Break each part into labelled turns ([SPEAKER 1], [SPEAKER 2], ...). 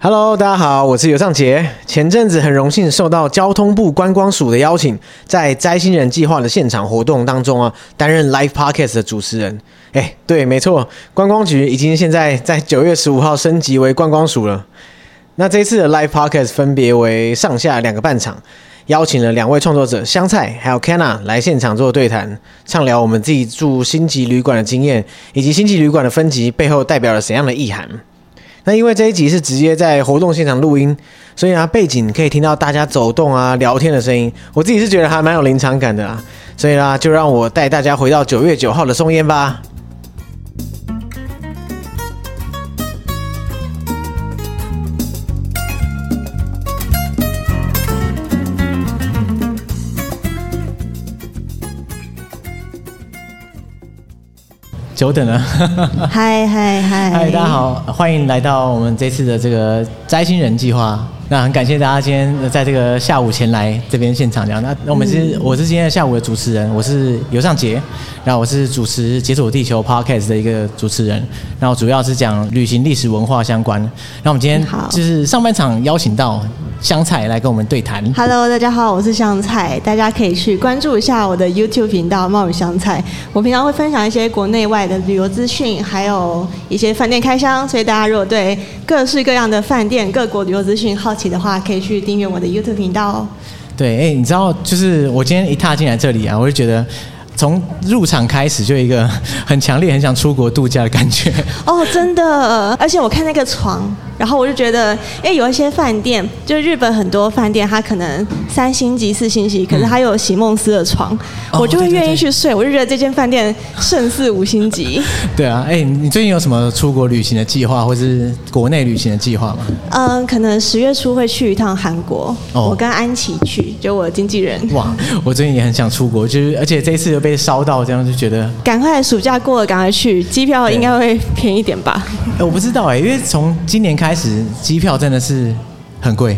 [SPEAKER 1] Hello，大家好，我是尤尚杰。前阵子很荣幸受到交通部观光署的邀请，在摘星人计划的现场活动当中啊，担任 Live Podcast 的主持人。哎，对，没错，观光局已经现在在九月十五号升级为观光署了。那这一次的 Live Podcast 分别为上下两个半场，邀请了两位创作者香菜还有 Kenna 来现场做对谈，畅聊我们自己住星级旅馆的经验，以及星级旅馆的分级背后代表了怎样的意涵。那因为这一集是直接在活动现场录音，所以啊，背景可以听到大家走动啊、聊天的声音。我自己是觉得还蛮有临场感的啦，啊所以啦、就让我带大家回到九月九号的松烟吧。
[SPEAKER 2] 久等了，
[SPEAKER 3] 嗨嗨嗨！
[SPEAKER 2] 嗨，大家。好，欢迎来到我们这次的这个摘星人计划。那很感谢大家今天在这个下午前来这边现场这样。那那我们是、我是今天的下午的主持人，我是尤尚杰，然后我是主持《解锁地球》Podcast 的一个主持人，然后主要是讲旅行历史文化相关。那我们今天
[SPEAKER 3] 好
[SPEAKER 2] 就是上半场邀请到香菜来跟我们对谈。
[SPEAKER 3] Hello，大家好，我是香菜，大家可以去关注一下我的 YouTube 频道“冒雨香菜”。我平常会分享一些国内外的旅游资讯，还有一些饭店开箱，所以大家如果对各式各样的饭店、各国旅游资讯好奇的话，可以去订阅我的 YouTube 频道哦。
[SPEAKER 2] 对，哎、你知道，就是我今天一踏进来这里啊，我就觉得从入场开始就有一个 很强烈很想出国度假的感觉。
[SPEAKER 3] 哦，真的，而且我看那个床，然后我就觉得，因为有一些饭店，就是日本很多饭店，它可能三星级、四星级，可是它有席梦思的床，
[SPEAKER 2] 嗯哦
[SPEAKER 3] 我就会
[SPEAKER 2] 对对
[SPEAKER 3] 愿意
[SPEAKER 2] 对
[SPEAKER 3] 去睡。我就觉得这间饭店胜似五星 级。
[SPEAKER 2] 对啊，哎、你最近有什么出国旅行的计划，或是国内旅行的计划吗？
[SPEAKER 3] 嗯，可能十月初会去一趟韩国，
[SPEAKER 2] 哦嗯
[SPEAKER 3] 我跟安琪去，就我的经纪人。
[SPEAKER 2] 哇，我最近也很想出国，就是而且这一次又被烧到，这样就觉得，
[SPEAKER 3] 赶快暑假过了，赶快去，机票应该会便宜一点吧？
[SPEAKER 2] 哎、我不知道哎、因为从今年开始，机票真的是很贵。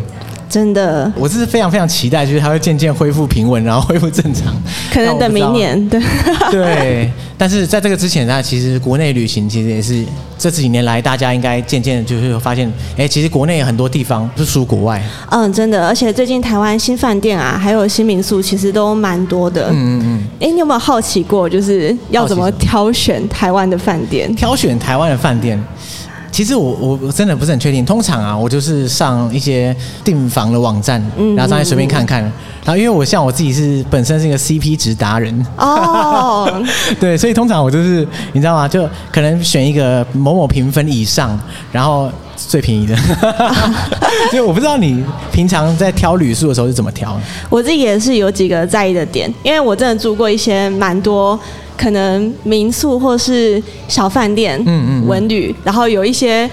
[SPEAKER 3] 真的，
[SPEAKER 2] 我是非常非常期待，就是它会渐渐恢复平稳，然后恢复正 常。
[SPEAKER 3] 可
[SPEAKER 2] 但
[SPEAKER 3] 能
[SPEAKER 2] 我
[SPEAKER 3] 等
[SPEAKER 2] 不知道
[SPEAKER 3] 明年。对，
[SPEAKER 2] 啊对， 但是在这个之前，那其实国内旅行其实也是这几年来，大家应该渐渐地就是有发现，哎，其实国内很多地方不输国外。
[SPEAKER 3] 嗯，真的，而且最近台湾新饭店啊，还有新民宿，其实都蛮多的。
[SPEAKER 2] 嗯嗯嗯。
[SPEAKER 3] 哎、你有没有好奇过，就是要怎么挑选台湾的饭 店？
[SPEAKER 2] 挑选台湾的饭店，其实我我我真的不是很确定。通常啊，我就是上一些订房的网站，嗯然后上去随便看看。然后因为我像我自己是本身是一个 CP 值达人，
[SPEAKER 3] 哦，
[SPEAKER 2] 对，所以通常我就是你知道吗？就可能选一个某某评分以上，然后最便宜的。 所以我不知道你平常在挑旅宿的时候是怎么挑的。
[SPEAKER 3] 我自己也是有几个在意的点，因为我真的住过一些蛮多可能民宿或是小饭店，
[SPEAKER 2] 嗯嗯嗯
[SPEAKER 3] 文旅，然后有一些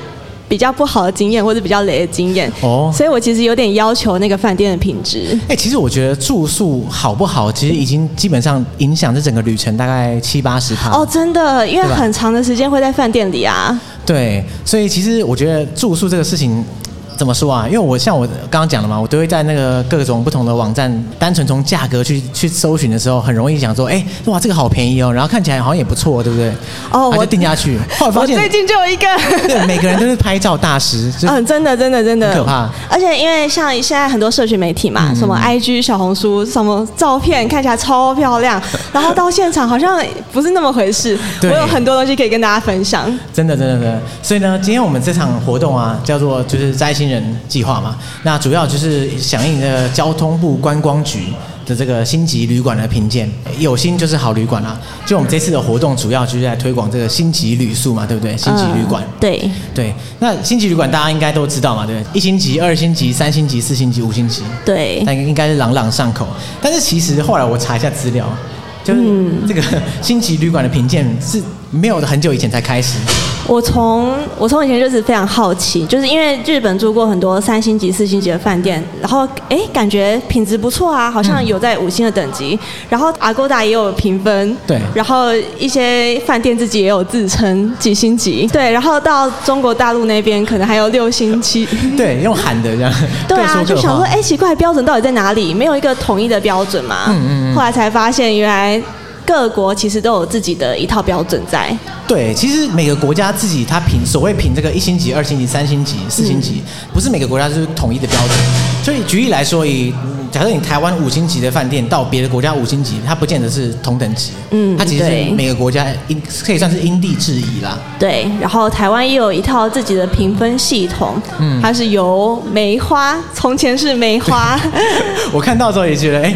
[SPEAKER 3] 比较不好的经验或者比较雷的经验，
[SPEAKER 2] 哦
[SPEAKER 3] 所以我其实有点要求那个饭店的品质。
[SPEAKER 2] 哎、其实我觉得住宿好不好，其实已经基本上影响这整个旅程大概七八十趴。
[SPEAKER 3] 哦，真的，因为
[SPEAKER 2] 对吧
[SPEAKER 3] 很长的时间会在饭店里啊，
[SPEAKER 2] 对，所以其实我觉得住宿这个事情。怎么说啊？因为我像我刚刚讲的嘛，我都会在那个各种不同的网站，单纯从价格去去搜寻的时候，很容易想说，哎、哇，这个好便宜哦，然后看起来好像也不错，对不对？
[SPEAKER 3] 哦
[SPEAKER 2] 然后
[SPEAKER 3] 我
[SPEAKER 2] 就定下去，后来发
[SPEAKER 3] 我
[SPEAKER 2] 现
[SPEAKER 3] 最，近就有一个。
[SPEAKER 2] 对，每个人都是拍照大师， 就
[SPEAKER 3] 嗯，真的，真的，真的，
[SPEAKER 2] 很可怕嗯
[SPEAKER 3] 而且因为像现在很多社群媒体嘛，什么 IG、小红书，什么照片看起来超漂 亮，然后到现场好像不是那么回事。我
[SPEAKER 2] 对
[SPEAKER 3] 有很多东西可以跟大家分享。
[SPEAKER 2] 真的，真的，真的。所以呢，今天我们这场活动啊，叫做就是摘星人计划嘛。那主要就是响应的交通部观光局的这个星级旅馆的评鉴，有心就是好旅馆啦、就我们这次的活动，主要就是在推广这个星级旅宿嘛，对不对？星级旅馆。
[SPEAKER 3] 嗯对，
[SPEAKER 2] 对，那星级旅馆大家应该都知道嘛，对不对？一星级、二星级、三星级、四星级、五星级，
[SPEAKER 3] 对，
[SPEAKER 2] 但应该是朗朗上口。但是其实后来我查一下资料，就是这个星级旅馆的评鉴是没有很久以前才开始。
[SPEAKER 3] 我从我从以前就是非常好奇，就是因为日本住过很多三星级、四星级的饭店，然后哎，感觉品质不错啊，好像有在五星的等级，然后 Agoda 也有评分，
[SPEAKER 2] 对
[SPEAKER 3] 然后一些饭店自己也有自称几星级，对，然后到中国大陆那边可能还有六星 七，
[SPEAKER 2] 对，用喊的这样。
[SPEAKER 3] 对啊，
[SPEAKER 2] 各
[SPEAKER 3] 就
[SPEAKER 2] 说各
[SPEAKER 3] 想说
[SPEAKER 2] 话嗯
[SPEAKER 3] 哎，奇怪，标准到底在哪里？没有一个统一的标准嘛，嗯嗯后来才发现原来。各国其实都有自己的一套标准在。
[SPEAKER 2] 对，其实每个国家自己它评所谓评这个一星级、二星级、三星级、四星
[SPEAKER 3] 嗯
[SPEAKER 2] 级，不是每个国家就是统一的标准。所以举例来说，以嗯假设你台湾五星级的饭店到别的国家五星级，它不见得是同等级，
[SPEAKER 3] 嗯
[SPEAKER 2] 它其实
[SPEAKER 3] 对
[SPEAKER 2] 是每个国家因可以算是因地制宜啦。
[SPEAKER 3] 对，然后台湾也有一套自己的评分系统，嗯，它是由梅花，从前是梅花，
[SPEAKER 2] 我看到之后也觉得，哎、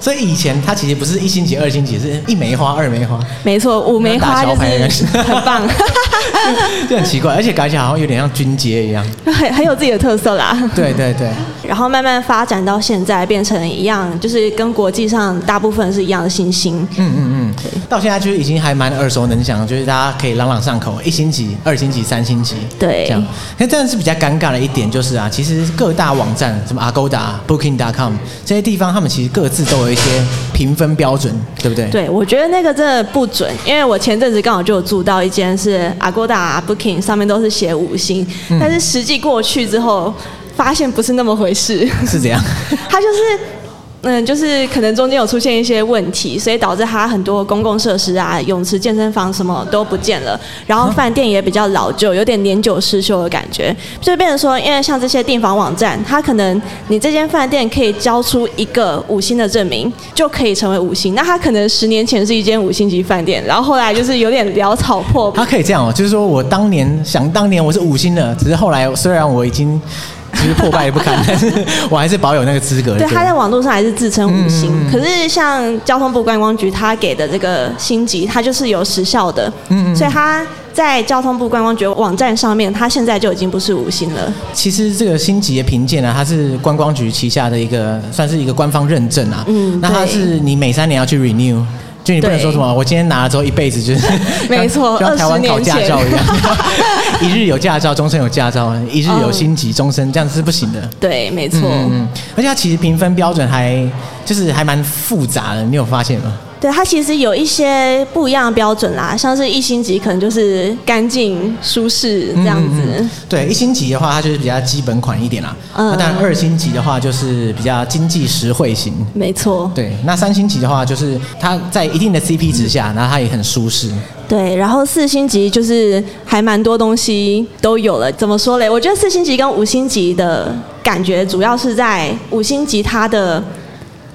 [SPEAKER 2] 所以以前它其实不是一星级、二星级，是一梅花、二梅 花，
[SPEAKER 3] 没错，五梅花就
[SPEAKER 2] 打桥牌的感
[SPEAKER 3] 是
[SPEAKER 2] 觉
[SPEAKER 3] 很棒，
[SPEAKER 2] 就很奇怪，而且感觉好像有点像军阶一样。
[SPEAKER 3] 很很有自己的特色啦。
[SPEAKER 2] 对对对，
[SPEAKER 3] 然后慢慢发展到现在，变成一样，就是跟国际上大部分是一样的星星。
[SPEAKER 2] 嗯嗯嗯，到现在就是已经还蛮耳熟能详，就是大家可以朗朗上口，一星级、二星级、三星级，
[SPEAKER 3] 对
[SPEAKER 2] 这样。那真的是比较尴尬的一点就是啊，其实各大网站，什么 Agoda、Booking.com 这些地方，他们其实各自都有一些评分标准，对不对？
[SPEAKER 3] 对，我觉得那个真的不准，因为我前阵子刚好就有住到一间是 Agoda、Booking 上面都是写五星，但是实际过去之后，发现不是那么回事。
[SPEAKER 2] 是这样。
[SPEAKER 3] 它就是，嗯，就是可能中间有出现一些问题，所以导致它很多公共设施啊、泳池、健身房什么都不见了，然后饭店也比较老旧，有点年久失修的感觉，就变成说，因为像这些订房网站，它可能你这间饭店可以交出一个五星的证明，就可以成为五星。那它可能十年前是一间五星级饭店，然后后来就是有点潦草破
[SPEAKER 2] 他可以这样哦，就是说我当年想当年我是五星的，只是后来虽然我已经就是破败不堪，但是我还是保有那个资格。
[SPEAKER 3] 对，他在网络上还是自称五星，
[SPEAKER 2] 嗯
[SPEAKER 3] 可是像交通部观光局他给的这个星级，它就是有时效的，
[SPEAKER 2] 嗯
[SPEAKER 3] 所以他在交通部观光局网站上面，他现在就已经不是五星了。
[SPEAKER 2] 其实这个星级的评鉴呢，啊它是观光局旗下的一个，算是一个官方认证啊。
[SPEAKER 3] 嗯
[SPEAKER 2] 那它
[SPEAKER 3] 对
[SPEAKER 2] 是你每三年要去 renew。就你不能
[SPEAKER 3] 对，
[SPEAKER 2] 说什么，我今天拿了之后一辈子就是
[SPEAKER 3] 没错
[SPEAKER 2] 像像台湾
[SPEAKER 3] 20
[SPEAKER 2] 考驾
[SPEAKER 3] 年前
[SPEAKER 2] 照 一样，一日有驾照，终身有驾照，一日有星级，终身这样是不行的。
[SPEAKER 3] 对，没错。
[SPEAKER 2] 嗯嗯，而且它其实评分标准还就是还蛮复杂的，你有发现吗？
[SPEAKER 3] 对，它其实有一些不一样的标准啦，像是一星级可能就是干净、舒适这样子。
[SPEAKER 2] 嗯对，一星级的话，它就是比较基本款一点啦。
[SPEAKER 3] 嗯
[SPEAKER 2] 那当然，二星级的话就是比较经济实惠型。
[SPEAKER 3] 没错，
[SPEAKER 2] 对，那三星级的话，就是它在一定的 CP 值下，然后它也很舒适。
[SPEAKER 3] 对，然后四星级就是还蛮多东西都有了。怎么说嘞？我觉得四星级跟五星级的感觉，主要是在五星级它的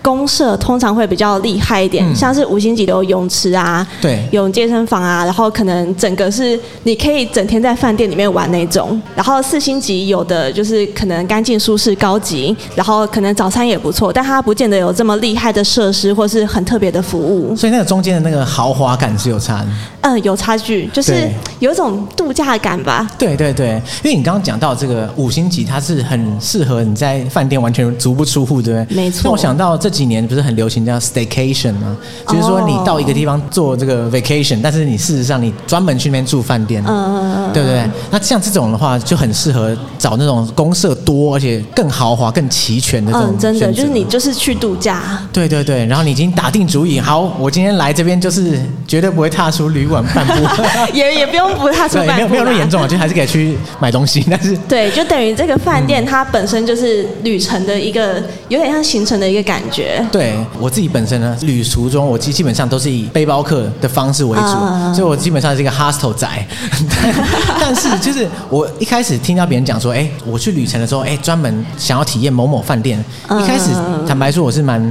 [SPEAKER 3] 公社通常会比较厉害一点，
[SPEAKER 2] 嗯
[SPEAKER 3] 像是五星级的有泳池啊，
[SPEAKER 2] 对
[SPEAKER 3] 有健身房啊，然后可能整个是你可以整天在饭店里面玩那种。然后四星级有的就是可能干净、舒适、高级，然后可能早餐也不错，但它不见得有这么厉害的设施或是很特别的服务。
[SPEAKER 2] 所以那个中间的那个豪华感是有差的。
[SPEAKER 3] 嗯，有差距，就是
[SPEAKER 2] 对
[SPEAKER 3] 有一种度假感吧。
[SPEAKER 2] 对对对，因为你刚刚讲到这个五星级，它是很适合你在饭店完全足不出户，对不对？
[SPEAKER 3] 没错
[SPEAKER 2] 那我想到这几年不是很流行叫 staycation 吗？就是说
[SPEAKER 3] 哦
[SPEAKER 2] 你到一个地方做这个 vacation，但是你事实上你专门去那边住饭店。
[SPEAKER 3] 嗯，
[SPEAKER 2] 对不对？那像这种的话，就很适合找那种公社多而且更豪华、更齐全的这种
[SPEAKER 3] 嗯，真的
[SPEAKER 2] 选择
[SPEAKER 3] 就是你就是去度假。
[SPEAKER 2] 对对对，然后你已经打定主意，好，我今天来这边就是绝对不会踏出旅馆半步。
[SPEAKER 3] 也也不用不踏出
[SPEAKER 2] 对，
[SPEAKER 3] 半
[SPEAKER 2] 没有
[SPEAKER 3] 步
[SPEAKER 2] 没有那么
[SPEAKER 3] 啦
[SPEAKER 2] 严重啊，就还是可以去买东西， 但是
[SPEAKER 3] 对，就等于这个饭
[SPEAKER 2] 嗯
[SPEAKER 3] 店它本身就是旅程的一个，有点像行程的一个感觉。
[SPEAKER 2] 对我自己本身呢，旅途中我基基本上都是以背包客的方式为主，
[SPEAKER 3] 啊
[SPEAKER 2] 所以我基本上是一个 hostel 仔。 但但是就是我一开始听到别人讲说，哎，我去旅程的时候，哎，专门想要体验某某饭店，一开始
[SPEAKER 3] 嗯
[SPEAKER 2] 坦白说我是蛮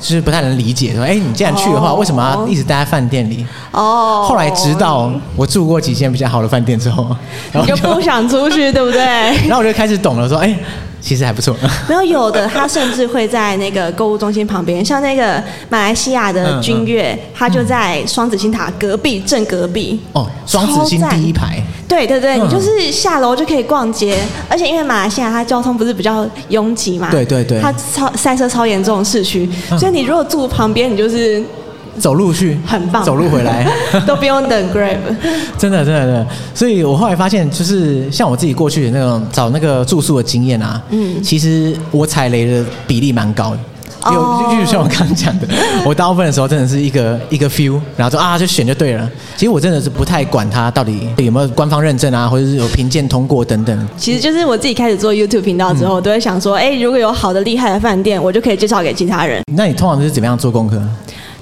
[SPEAKER 2] 就是不太能理解，说，哎，你既然去的话，
[SPEAKER 3] 哦
[SPEAKER 2] 为什么要一直待在饭店里？
[SPEAKER 3] 哦，
[SPEAKER 2] 后来直到我住过几间比较好的饭店之后，然
[SPEAKER 3] 你
[SPEAKER 2] 后
[SPEAKER 3] 就
[SPEAKER 2] 就
[SPEAKER 3] 不想出去，对不对？
[SPEAKER 2] 然后我就开始懂了，说，哎，其实还不错。
[SPEAKER 3] 没有，有的它甚至会在那个购物中心旁边，像那个马来西亚的
[SPEAKER 2] 嗯嗯
[SPEAKER 3] 君悦，它就在双子星塔隔壁，正隔壁。
[SPEAKER 2] 哦，双子星
[SPEAKER 3] 超赞
[SPEAKER 2] 第一排。
[SPEAKER 3] 对对对，
[SPEAKER 2] 嗯
[SPEAKER 3] 你就是下楼就可以逛街，而且因为马来西亚它交通不是比较拥挤嘛，
[SPEAKER 2] 对对对
[SPEAKER 3] 它超塞车超严重的市区，
[SPEAKER 2] 嗯
[SPEAKER 3] 所以你如果住旁边，你就是
[SPEAKER 2] 走路去，
[SPEAKER 3] 很棒，
[SPEAKER 2] 走路回来，
[SPEAKER 3] 都不用等 Grab。
[SPEAKER 2] 真的，真的，真的。所以我后来发现，就是像我自己过去的那种找那个住宿的经验啊，嗯，其实我踩雷的比例蛮高的。有，
[SPEAKER 3] 哦
[SPEAKER 2] 就就像我刚刚讲 的，我大部分的时候真的是一个一个 feel，然后说啊就选就对了。其实我真的是不太管它到底有没有官方认证啊，或者是有评鉴通过等等。
[SPEAKER 3] 其实就是我自己开始做 YouTube 频道之
[SPEAKER 2] 嗯
[SPEAKER 3] 后，我都会想说，哎、如果有好的厉害的饭店，我就可以介绍给其他人。
[SPEAKER 2] 那你通常是怎么样做功课？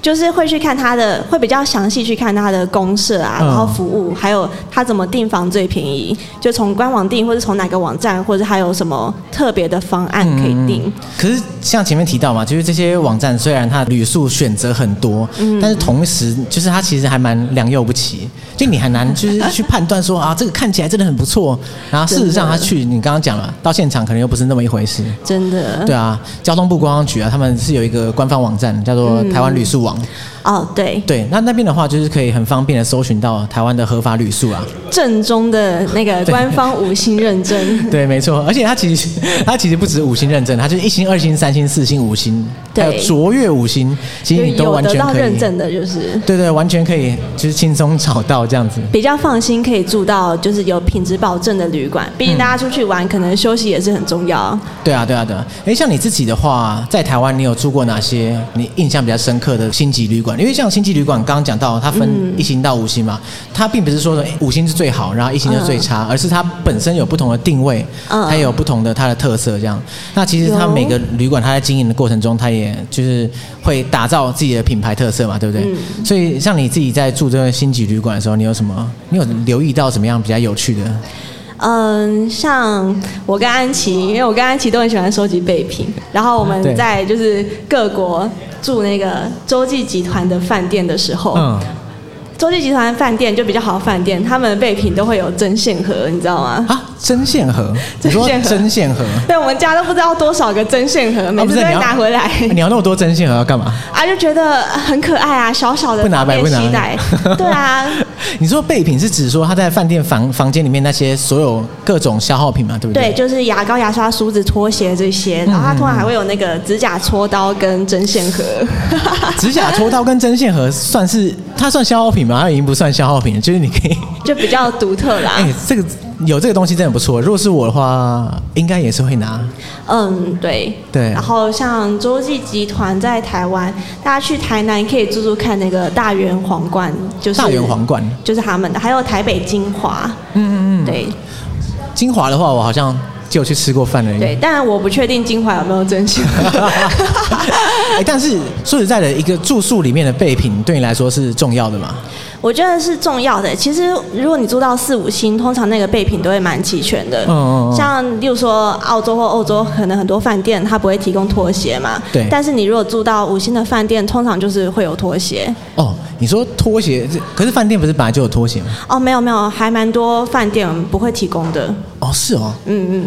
[SPEAKER 3] 就是会去看它的，会比较详细去看它的公社啊，
[SPEAKER 2] 嗯
[SPEAKER 3] 然后服务，还有它怎么订房最便宜，就从官网订，或者从哪个网站，或者还有什么特别的方案可以
[SPEAKER 2] 嗯
[SPEAKER 3] 订。
[SPEAKER 2] 可是像前面提到嘛，就是这些网站虽然它的旅宿选择很多，
[SPEAKER 3] 嗯
[SPEAKER 2] 但是同时就是它其实还蛮良莠不齐，就你很难 就是去判断说啊，这个看起来真的很不错，然后事实
[SPEAKER 3] 真
[SPEAKER 2] 上
[SPEAKER 3] 的嗯
[SPEAKER 2] 他去你刚刚讲了，到现场可能又不是那么一回事。
[SPEAKER 3] 真的，
[SPEAKER 2] 对啊，交通部观光局啊，他们是有一个官方网站叫做
[SPEAKER 3] 嗯
[SPEAKER 2] 台湾旅宿网，
[SPEAKER 3] 哦，对，
[SPEAKER 2] 对，那那边的话就是可以很方便的搜寻到台湾的合法旅宿啊。
[SPEAKER 3] 正宗的那个官方五星认证，
[SPEAKER 2] 对，没错，而且它 其实它其实不止五星认证，它就是一星、二星、三星、四星、五星，还
[SPEAKER 3] 对
[SPEAKER 2] 有卓越五星，其
[SPEAKER 3] 有
[SPEAKER 2] 实你都
[SPEAKER 3] 有
[SPEAKER 2] 完
[SPEAKER 3] 得
[SPEAKER 2] 全
[SPEAKER 3] 到
[SPEAKER 2] 可
[SPEAKER 3] 认
[SPEAKER 2] 以。
[SPEAKER 3] 证的，就是
[SPEAKER 2] 对对，完全可以，就是轻松找到这样子。
[SPEAKER 3] 比较放心，可以住到就是有品质保证的旅馆。毕竟
[SPEAKER 2] 嗯
[SPEAKER 3] 大家出去玩，可能休息也是很重要。
[SPEAKER 2] 对啊，对啊，对啊。哎，像你自己的话，在台湾你有住过哪些你印象比较深刻的星级旅馆？因为像星级旅馆刚刚讲到，它分
[SPEAKER 3] 嗯
[SPEAKER 2] 一星到五星嘛，它并不是说诶五星是最好，然后一星就最差，而是它本身有不同的定位，
[SPEAKER 3] 嗯
[SPEAKER 2] 它有不同的它的特色这样。那其实它
[SPEAKER 3] 有
[SPEAKER 2] 每个旅馆它在经营的过程中，它也就是会打造自己的品牌特色嘛，对不对？
[SPEAKER 3] 嗯
[SPEAKER 2] 所以像你自己在住这个星级旅馆的时候，你有什么？你有留意到什么样比较有趣的？
[SPEAKER 3] 嗯，像我跟安琪，因为我跟安琪都很喜欢收集备品，然后我
[SPEAKER 2] 对
[SPEAKER 3] 们在就是各国住那个洲际集团的饭店的时候，
[SPEAKER 2] 嗯，
[SPEAKER 3] 洲际集团饭店就比较好的饭店，他们的备品都会有针线盒，你知道吗？
[SPEAKER 2] 啊，针线盒，你说
[SPEAKER 3] 针线盒
[SPEAKER 2] 针线盒。
[SPEAKER 3] 对，我们家都不知道多少个针线盒，每
[SPEAKER 2] 啊不
[SPEAKER 3] 次
[SPEAKER 2] 是
[SPEAKER 3] 都会
[SPEAKER 2] 你要
[SPEAKER 3] 拿回来。
[SPEAKER 2] 你要那么多针线盒要干嘛？
[SPEAKER 3] 啊，就觉得很可爱啊，小小的
[SPEAKER 2] 不拿白
[SPEAKER 3] 方
[SPEAKER 2] 不
[SPEAKER 3] 便
[SPEAKER 2] 拿
[SPEAKER 3] 携带， 对啊，
[SPEAKER 2] 你说备品是指说他在饭店房房间里面那些所有各种消耗品嘛，对不嗯
[SPEAKER 3] 对，
[SPEAKER 2] 对？
[SPEAKER 3] 就是牙膏、牙刷、梳子、拖鞋这些，然后它通常还会有那个指甲搓刀跟针线盒，
[SPEAKER 2] 指甲戳刀跟针线盒算是它算消耗品吗？它已经不算消耗品了，就是你可以，
[SPEAKER 3] 就比较独特啦。
[SPEAKER 2] 哎、这个有这个东西真的不错。如果是我的话，应该也是会拿。
[SPEAKER 3] 嗯，对。
[SPEAKER 2] 对
[SPEAKER 3] 然后像洲际集团在台湾，大家去台南可以住住看那个大圆皇冠，就是
[SPEAKER 2] 大圆皇冠
[SPEAKER 3] 就是他们的，还有台北金华，嗯嗯嗯，对
[SPEAKER 2] 精华的话，我好像只有去吃过饭而已。
[SPEAKER 3] 对，但我不确定金华有没有真心。
[SPEAKER 2] 哎、但是说实在的，一个住宿里面的备品对你来说是重要的嘛？
[SPEAKER 3] 我觉得是重要的。其实如果你住到四五星，通常那个备品都会蛮齐全的。
[SPEAKER 2] 嗯嗯嗯
[SPEAKER 3] 像例如说澳洲或欧洲，可能很多饭店它不会提供拖鞋嘛。
[SPEAKER 2] 对
[SPEAKER 3] 但是你如果住到五星的饭店，通常就是会有拖鞋。
[SPEAKER 2] 哦，你说拖鞋，这可是饭店不是本来就有拖鞋吗？
[SPEAKER 3] 哦，没有没有，还蛮多饭店不会提供的。
[SPEAKER 2] 哦，是哦，
[SPEAKER 3] 嗯嗯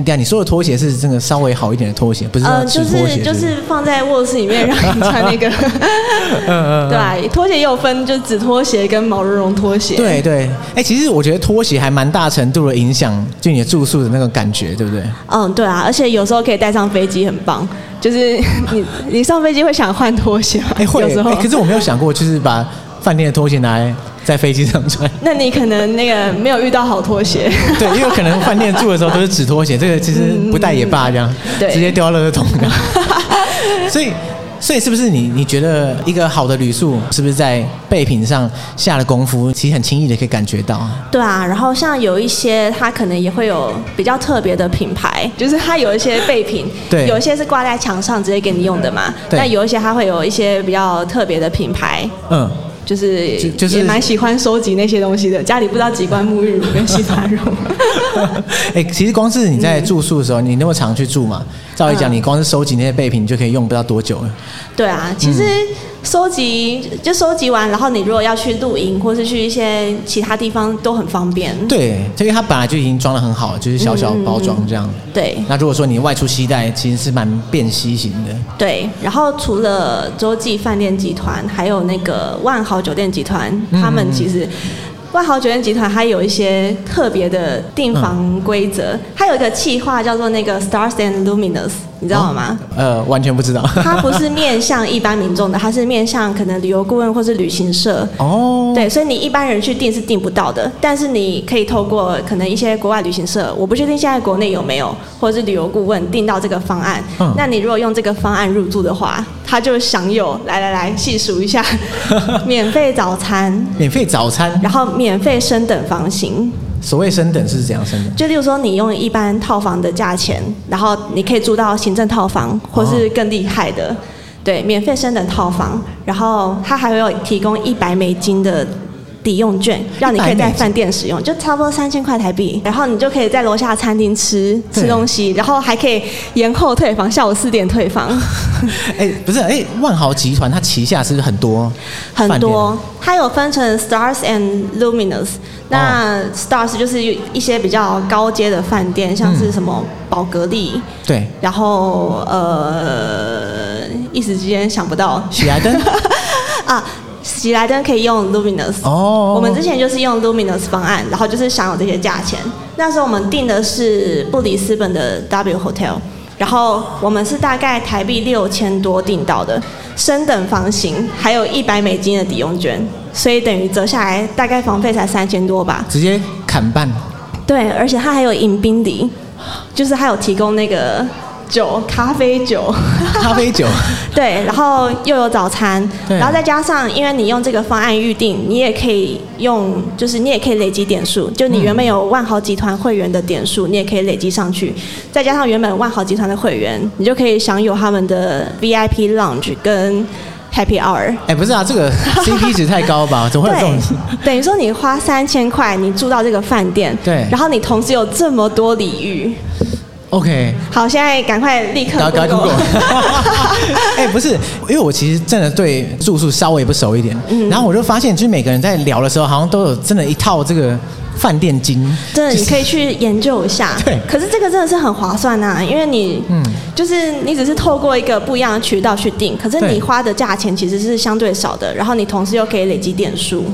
[SPEAKER 3] 嗯，
[SPEAKER 2] 对啊，你说的拖鞋是这个稍微好一点的拖鞋，不是说
[SPEAKER 3] 呃，
[SPEAKER 2] 纸
[SPEAKER 3] 就
[SPEAKER 2] 拖鞋
[SPEAKER 3] 是
[SPEAKER 2] 不
[SPEAKER 3] 就是放在卧室里面让你穿那个。
[SPEAKER 2] 嗯
[SPEAKER 3] 对、啊，拖鞋也有分，就是纸拖鞋跟毛茸茸拖鞋。
[SPEAKER 2] 对对，哎、其实我觉得拖鞋还蛮大程度的影响就你的住宿的那个感觉，对不对？
[SPEAKER 3] 嗯，对啊，而且有时候可以带上飞机，很棒。就是 你你上飞机会想换拖鞋吗？
[SPEAKER 2] 哎、会、
[SPEAKER 3] 有时候。
[SPEAKER 2] 哎可是我没有想过，就是把饭店的拖鞋拿来在飞机 上穿。
[SPEAKER 3] 那你可能那个没有遇到好拖 鞋，
[SPEAKER 2] 对，因为可能饭店住的时候都是纸拖鞋，这个其实不带也罢，这样、
[SPEAKER 3] 对
[SPEAKER 2] 直接丢到垃圾桶。 所以，所以是不是你你觉得一个好的旅宿是不是在备品上下了功夫，其实很轻易的可以感觉到？
[SPEAKER 3] 对啊。然后像有一些它可能也会有比较特别的品牌，就是它有一些备品，
[SPEAKER 2] 对
[SPEAKER 3] 有一些是挂在墙上直接给你用的嘛。
[SPEAKER 2] 对
[SPEAKER 3] 但有一些它会有一些比较特别的品牌，
[SPEAKER 2] 嗯。
[SPEAKER 3] 就是
[SPEAKER 2] 就就是
[SPEAKER 3] 也蛮喜欢收集那些东西的。家里不知道几罐沐浴乳跟洗发乳。
[SPEAKER 2] 哎、其实光是你在住宿的时候，你那么常去住嘛，照理讲，
[SPEAKER 3] 嗯
[SPEAKER 2] 你光是收集那些备品，你就可以用不到多久了。
[SPEAKER 3] 对啊，其实收集、就收集完，然后你如果要去露营或是去一些其他地方都很方便。
[SPEAKER 2] 对，因为它本来就已经装的很好了，就是小小包
[SPEAKER 3] 嗯
[SPEAKER 2] 装这样。
[SPEAKER 3] 对
[SPEAKER 2] 那如果说你外出携带，其实是蛮便携型的。
[SPEAKER 3] 对，然后除了洲际饭店集团，还有那个万豪酒店集团，他们其实。万豪酒店集团它有一些特别的订房规则，它有一个企划叫做那个 Stars and Luminous，你知道吗？
[SPEAKER 2] 呃，完全不知道。
[SPEAKER 3] 它不是面向一般民众的，它是面向可能旅游顾问或是旅行社，
[SPEAKER 2] 哦，
[SPEAKER 3] 对，所以你一般人去订是订不到的，但是你可以透过可能一些国外旅行社，我不确定现在国内有没有，或者是旅游顾问订到这个方案。
[SPEAKER 2] 嗯
[SPEAKER 3] 那你如果用这个方案入住的话，他就享有来来来细数一下， 免费早餐，
[SPEAKER 2] 免费早餐，
[SPEAKER 3] 然后免费升等房型。
[SPEAKER 2] 所谓升等是怎样升等？
[SPEAKER 3] 就例如说，你用一般套房的价钱，然后你可以住到行政套房，或是更厉害的。对，免费升等套房，然后它还有提供一百美金的抵用券，让你可以
[SPEAKER 2] 100美
[SPEAKER 3] 在
[SPEAKER 2] 金
[SPEAKER 3] 饭店使用，就差不多三千块台币，然后你就可以在楼下餐厅吃吃
[SPEAKER 2] 对
[SPEAKER 3] 东西，然后还可以延后退房，下午四点退房。
[SPEAKER 2] 哎、不是，哎、万豪集团它旗下是不是很多饭店？
[SPEAKER 3] 很多，它有分成 Stars and Luminous。那
[SPEAKER 2] 哦
[SPEAKER 3] Stars 就是一些比较高阶的饭店，像是什么宝格丽，
[SPEAKER 2] 对，
[SPEAKER 3] 然后呃，一时之间想不到
[SPEAKER 2] 喜来登
[SPEAKER 3] 啊。喜来登可以用 Luminous，
[SPEAKER 2] 哦
[SPEAKER 3] 我们之前就是用 Luminous 方案，然后就是享有这些价钱。那时候我们订的是布里斯本的 W Hotel，然后我们是大概台币六千多订到的，升等房型，还有一百美金的抵用券，所以等于折下来大概房费才三千多吧。
[SPEAKER 2] 直接砍半，
[SPEAKER 3] 对，而且它还有饮冰礼，就是还有提供那个酒，咖啡酒。
[SPEAKER 2] 咖啡酒，
[SPEAKER 3] 对，然后又有早餐，
[SPEAKER 2] 对啊
[SPEAKER 3] 然后再加上，因为你用这个方案预定，你也可以用，就是你也可以累积点数，就你原本有万豪集团会员的点数，你也可以累积上去，再加上原本万豪集团的会员，你就可以享有他们的 VIP lounge 跟 Happy Hour。
[SPEAKER 2] 哎、不是啊，这个 CP 值太高吧？怎么会有这种？
[SPEAKER 3] 对，等于说你花三千块，你住到这个饭店，
[SPEAKER 2] 对
[SPEAKER 3] 然后你同时有这么多礼遇。
[SPEAKER 2] OK，
[SPEAKER 3] 好，现在赶快立刻
[SPEAKER 2] 赶快
[SPEAKER 3] Google
[SPEAKER 2] Google。哎、不是，因为我其实真的对住宿稍微不熟一点，然后我就发现，就是每个人在聊的时候，好像都有真的一套这个饭店经，
[SPEAKER 3] 真的，
[SPEAKER 2] 就
[SPEAKER 3] 你
[SPEAKER 2] 是
[SPEAKER 3] 可以去研究一下。
[SPEAKER 2] 对
[SPEAKER 3] 可是这个真的是很划算呐、因为你，
[SPEAKER 2] 嗯
[SPEAKER 3] 就是你只是透过一个不一样的渠道去订，可是
[SPEAKER 2] 对
[SPEAKER 3] 你花的价钱其实是相对少的，然后你同时又可以累积点数。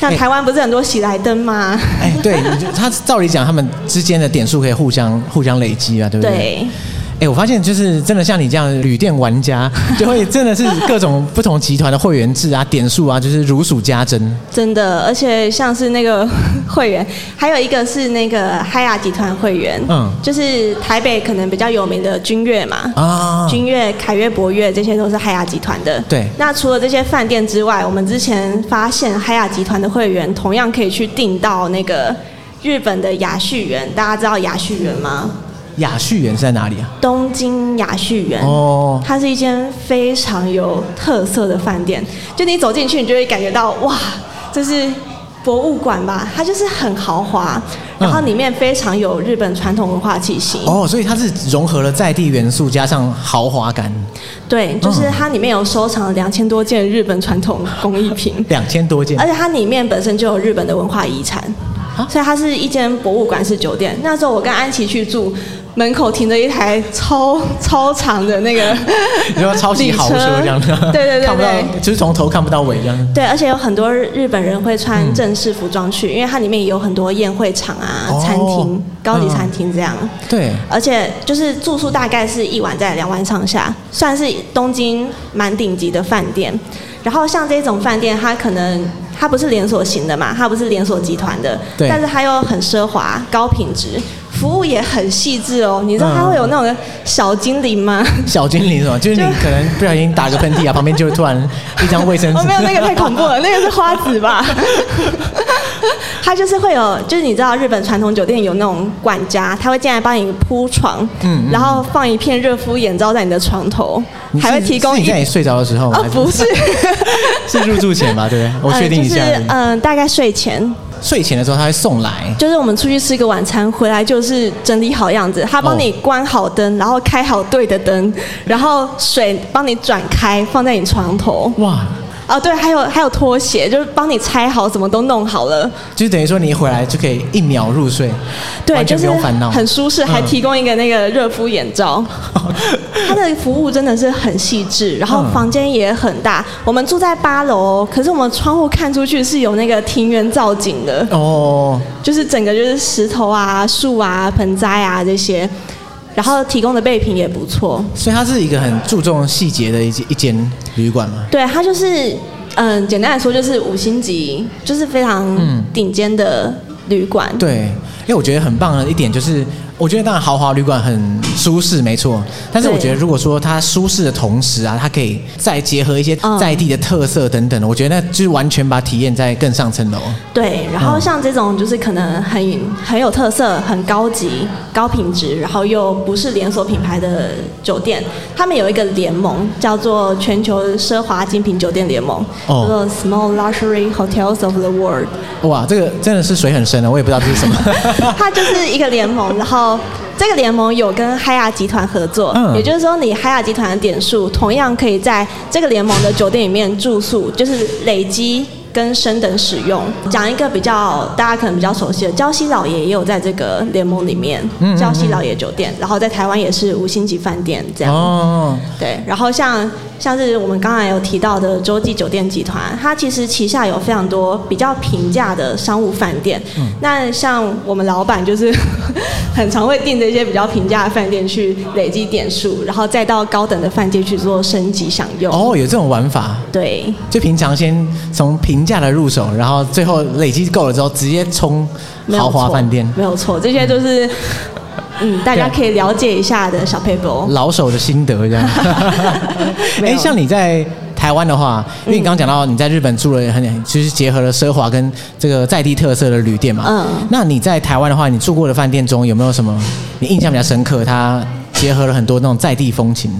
[SPEAKER 3] 像
[SPEAKER 2] 哎
[SPEAKER 3] 台湾不是很多喜来登吗？
[SPEAKER 2] 哎、对，你就他照理讲，他们之间的点数可以互相互相累积啊，对不对？
[SPEAKER 3] 对，
[SPEAKER 2] 哎、我发现就是真的像你这样旅店玩家， 就会真的是各种不同集团的会员制啊、点数啊，就是如数家珍。
[SPEAKER 3] 真的，而且像是那个会员，还有一个是那个海雅集团会员，
[SPEAKER 2] 嗯
[SPEAKER 3] 就是台北可能比较有名的君悦嘛，
[SPEAKER 2] 啊
[SPEAKER 3] 君悦、凯悦、博悦，这些都是海雅集团的。
[SPEAKER 2] 对
[SPEAKER 3] 那除了这些饭店之外，我们之前发现海雅集团的会员同样可以去订到那个日本的雅旭园。大家知道雅旭园吗？
[SPEAKER 2] 雅旭园是在哪里啊？
[SPEAKER 3] 东京雅旭园。
[SPEAKER 2] 哦，
[SPEAKER 3] 它是一间非常有特色的饭店，就你走进去，你就会感觉到哇，这是博物馆吧？它就是很豪华，然后
[SPEAKER 2] 嗯
[SPEAKER 3] 里面非常有日本传统文化气息。
[SPEAKER 2] 哦，所以它是融合了在地元素加上豪华感，
[SPEAKER 3] 对，就是
[SPEAKER 2] 嗯
[SPEAKER 3] 它里面有收藏两千多件日本传统工艺品，
[SPEAKER 2] 两千多件
[SPEAKER 3] 而。且它里面本身就有日本的文化遗产
[SPEAKER 2] 啊，，
[SPEAKER 3] 所以它是一间博物馆式酒店。那时候我跟安琪去住，门口停着一台超超长的那个
[SPEAKER 2] 你说超级豪车这样
[SPEAKER 3] 礼 车
[SPEAKER 2] 的，
[SPEAKER 3] 对对对
[SPEAKER 2] 看不
[SPEAKER 3] 对。
[SPEAKER 2] 到，就是从头看不到尾这样。
[SPEAKER 3] 对，而且有很多日本人会穿
[SPEAKER 2] 嗯
[SPEAKER 3] 正式服装去，因为它里面也有很多宴会场啊、
[SPEAKER 2] 哦
[SPEAKER 3] 餐厅、高级
[SPEAKER 2] 嗯
[SPEAKER 3] 餐厅这样。
[SPEAKER 2] 对，
[SPEAKER 3] 而且就是住宿大概是一晚在两万上下，算是东京蛮顶级的饭店。然后像这种饭店，它可能它不是连锁型的嘛，它不是连锁集团的，
[SPEAKER 2] 对
[SPEAKER 3] 但是它又很奢华、高品质，服务也很细致哦。你知道它
[SPEAKER 2] 嗯
[SPEAKER 3] 会有那种小精灵吗？
[SPEAKER 2] 小精灵是吗？就是你可能不小心打个喷嚏啊，旁边就会突然一张卫生纸。
[SPEAKER 3] 哦，没有那个太恐怖了，那个是花子 吧？它就是会有，就是你知道日本传统酒店有那种管家，他会进来帮你铺床，
[SPEAKER 2] 嗯嗯
[SPEAKER 3] 然后放一片热敷眼罩在你的床头，
[SPEAKER 2] 你是
[SPEAKER 3] 还会提供
[SPEAKER 2] 是你
[SPEAKER 3] 一
[SPEAKER 2] 在你睡着的时候吗？
[SPEAKER 3] 哦
[SPEAKER 2] 还，
[SPEAKER 3] 不是，
[SPEAKER 2] 是入住前吧？对不对？我确定一下。
[SPEAKER 3] 呃就是嗯、大概睡前，
[SPEAKER 2] 睡前的时候他会送来，
[SPEAKER 3] 就是我们出去吃个晚餐，回来就是整理好样子，他
[SPEAKER 2] 哦
[SPEAKER 3] 帮你关好灯，然后开好对的灯，然后水帮你转开，放在你床头。
[SPEAKER 2] 哇，
[SPEAKER 3] 哦，对，还有还有拖鞋，就是帮你拆好，什么都弄好了。
[SPEAKER 2] 就是等于说你一回来就可以一秒入睡，
[SPEAKER 3] 对，
[SPEAKER 2] 完
[SPEAKER 3] 就
[SPEAKER 2] 全不
[SPEAKER 3] 是
[SPEAKER 2] 用烦恼，
[SPEAKER 3] 很舒适，还
[SPEAKER 2] 嗯
[SPEAKER 3] 提供一个那个热敷眼 罩。它的服务真的是很细致，然后
[SPEAKER 2] 嗯
[SPEAKER 3] 房间也很大。我们住在八楼，可是我们窗户看出去是有那个庭园造景的，
[SPEAKER 2] 哦，
[SPEAKER 3] 就是整个就是石头啊、树啊、盆栽啊这些。然后提供的备品也不错，
[SPEAKER 2] 所以它是一个很注重细节的一间一间旅馆嘛。
[SPEAKER 3] 对，它就是嗯，简单来说就是五星级，就是非常
[SPEAKER 2] 嗯
[SPEAKER 3] 顶尖的旅馆。
[SPEAKER 2] 对，因为我觉得很棒的一点就是，我觉得当然豪华旅馆很舒适，没错。但是我觉得如果说它舒适的同时啊，它可以再结合一些
[SPEAKER 3] 嗯
[SPEAKER 2] 在地的特色等等的，我觉得那就是完全把体验再更上层楼。
[SPEAKER 3] 对，然后像这种就是可能很很有特色、很高级、高品质，然后又不是连锁品牌的酒店，他们有一个联盟叫做全球奢华精品酒店联盟，叫
[SPEAKER 2] 哦
[SPEAKER 3] 做 Small Luxury Hotels of the World。
[SPEAKER 2] 哇，这个真的是水很深了，我也不知道这 是什么。
[SPEAKER 3] 它就是一个联盟，然后这个联盟有跟海雅集团合作，
[SPEAKER 2] 嗯
[SPEAKER 3] 也就是说你海雅集团的点数同样可以在这个联盟的酒店里面住宿，就是累积。跟升等使用，讲一个比较大家可能比较熟悉的，礁溪老爷也有在这个联盟里面，礁溪老爷酒店，然后在台湾也是五星级饭店这样。
[SPEAKER 2] 哦，
[SPEAKER 3] 对，然后像像是我们刚才有提到的洲际酒店集团，它其实旗下有非常多比较平价的商务饭店。
[SPEAKER 2] 嗯
[SPEAKER 3] 那像我们老板就是 很常会订这些比较平价的饭店去累积点数，然后再到高等的饭店去做升级享用。
[SPEAKER 2] 哦，有这种玩法。
[SPEAKER 3] 对，
[SPEAKER 2] 就平常先从平价的入手，然后最后累积够了之后，直接冲
[SPEAKER 3] 没有
[SPEAKER 2] 豪华
[SPEAKER 3] 错
[SPEAKER 2] 饭店。
[SPEAKER 3] 没有错，这些就是嗯大家
[SPEAKER 2] 对
[SPEAKER 3] 可以了解一下的小 paper。
[SPEAKER 2] 老手的心得这样。
[SPEAKER 3] 没
[SPEAKER 2] 哎、
[SPEAKER 3] 有
[SPEAKER 2] 像你在台湾的话，因为你刚刚讲到你在日本住了很，就是结合了奢华跟这个在地特色的旅店嘛。
[SPEAKER 3] 嗯
[SPEAKER 2] 那你在台湾的话，你住过的饭店中有没有什么你印象比较深刻？它结合了很多那种在地风情。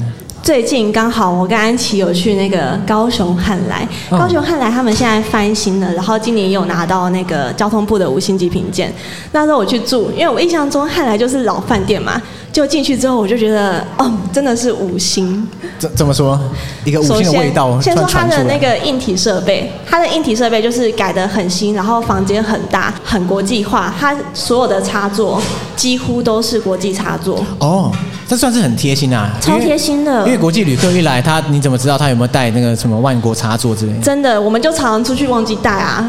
[SPEAKER 3] 最近刚好我跟安琪有去那个高雄汉来，
[SPEAKER 2] 嗯
[SPEAKER 3] 高雄汉来他们现在翻新了，然后今年也有拿到那个交通部的五星级评鉴。那时候我去住，因为我印象中汉来就是老饭店嘛，就进去之后我就觉得，哦，真的是五星。
[SPEAKER 2] 怎怎么说？一呃个五星的味道突
[SPEAKER 3] 先
[SPEAKER 2] 然
[SPEAKER 3] 说它
[SPEAKER 2] 传
[SPEAKER 3] 的
[SPEAKER 2] 出
[SPEAKER 3] 那
[SPEAKER 2] 来。
[SPEAKER 3] 个硬体设备，它的硬体设备就是改得很新，然后房间很大，很国际化，它所有的插座几乎都是国际插座，
[SPEAKER 2] 哦，这算是很贴心啊，
[SPEAKER 3] 超
[SPEAKER 2] 因为
[SPEAKER 3] 贴心的
[SPEAKER 2] 因为国际旅客一来，他你怎么知道他有没有带那个什么万国插座之类的？
[SPEAKER 3] 真的，我们就常常出去忘记带啊。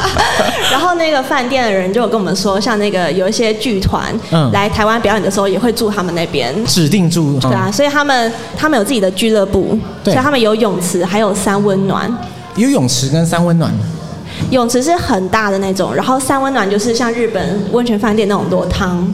[SPEAKER 3] 然后那个饭店的人就有跟我们说，像那个有一些剧团、
[SPEAKER 2] 嗯
[SPEAKER 3] 来台湾表演的时候，也会住他们那边。
[SPEAKER 2] 指定住
[SPEAKER 3] 对啊，所以他们他们有自己的俱乐部，
[SPEAKER 2] 嗯对
[SPEAKER 3] 所以他们有泳池，还有三温暖。
[SPEAKER 2] 有嗯泳池跟三温暖。
[SPEAKER 3] 泳池是很大的那种，然后三温暖就是像日本温泉饭店那种裸汤。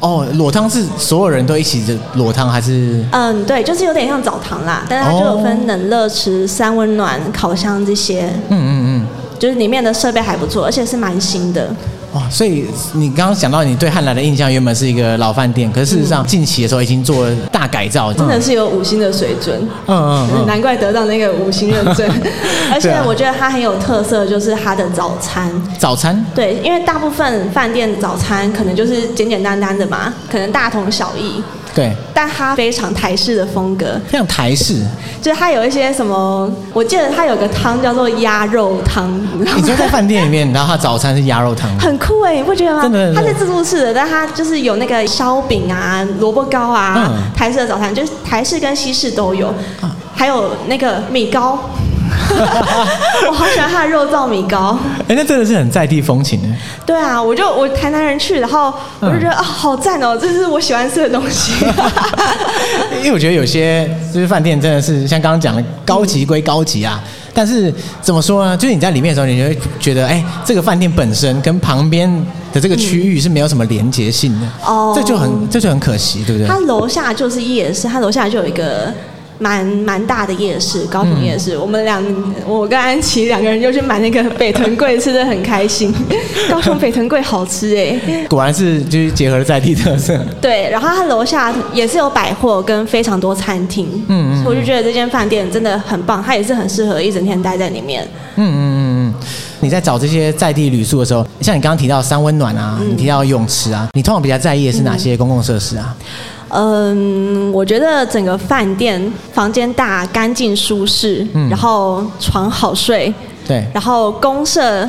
[SPEAKER 2] 哦，裸汤是所有人都一起的裸汤还是？
[SPEAKER 3] 嗯，对，就是有点像澡堂啦，但是它就有分冷热池、三温暖、烤箱这些，
[SPEAKER 2] 嗯嗯
[SPEAKER 3] 就是里面的设备还不错，而且是蛮新的。
[SPEAKER 2] 嗯。哇，所以你刚刚讲到你对汉来的印象原本是一个老饭店，可是事实上近期的时候已经做了大改造，
[SPEAKER 3] 真的
[SPEAKER 2] 嗯是。
[SPEAKER 3] 是有五星的水准，
[SPEAKER 2] 嗯嗯嗯。
[SPEAKER 3] 难怪得到那个五星认证 而
[SPEAKER 2] 对
[SPEAKER 3] 且
[SPEAKER 2] 啊
[SPEAKER 3] 我觉得它很有特色，就是它的早餐。
[SPEAKER 2] 早餐
[SPEAKER 3] 对，因为大部分饭店早餐可能就是简简单单的嘛，可能大同小异，
[SPEAKER 2] 对，
[SPEAKER 3] 但它非常台式的风格，
[SPEAKER 2] 非常台 式。
[SPEAKER 3] 就是它有一些什么，我记得它有个汤叫做鸭肉汤，你知道
[SPEAKER 2] 你说
[SPEAKER 3] 吗？
[SPEAKER 2] 在饭店里面，然后它早餐是鸭肉汤，
[SPEAKER 3] 很酷哎，你不觉得吗？
[SPEAKER 2] 真的真的
[SPEAKER 3] 它是自助式的，但它就是有那个烧饼啊、萝卜糕啊、
[SPEAKER 2] 嗯啊
[SPEAKER 3] 台式的早餐，就是台式跟西式都有，还有那个米 糕。我好喜欢它的肉燥米糕。
[SPEAKER 2] 哎、那真的是很在地风情欸的。
[SPEAKER 3] 对啊，我就我台南人去，然后我就觉
[SPEAKER 2] 嗯
[SPEAKER 3] 得、啊，好赞哦，这是我喜欢吃的东 西。
[SPEAKER 2] 因为我觉得有些就是饭店真的是像刚刚讲的，高级归高级啊，但是怎么说呢？就是你在里面的时候，你就会觉得，哎、这个饭店本身跟旁边的这个区域是没有什么连结性的，
[SPEAKER 3] 哦
[SPEAKER 2] 这就很这就很可惜，对不对
[SPEAKER 3] 它？楼下就是夜市，它楼下就有一个蛮蛮大的夜市，高雄夜
[SPEAKER 2] 嗯
[SPEAKER 3] 市。我们两，我跟安琪两个人就去买那个北藤贵，吃的很开 心。高雄北藤贵好吃哎、
[SPEAKER 2] 果然是就是结合了在地特色，
[SPEAKER 3] 对，然后它楼下也是有百货跟非常多餐厅，
[SPEAKER 2] 嗯嗯
[SPEAKER 3] 所以我就觉得这间饭店真的很棒，它也是很适合一整天待在里面。
[SPEAKER 2] 嗯嗯嗯嗯。你在找这些在地旅宿的时候，像你刚刚提到三温暖啊，
[SPEAKER 3] 嗯
[SPEAKER 2] 你提到泳池啊，你通常比较在意的是哪些公共设施啊？
[SPEAKER 3] 嗯，我觉得整个饭店房间大、干净、舒适，
[SPEAKER 2] 嗯
[SPEAKER 3] 然后床好睡，
[SPEAKER 2] 对，
[SPEAKER 3] 然后公社，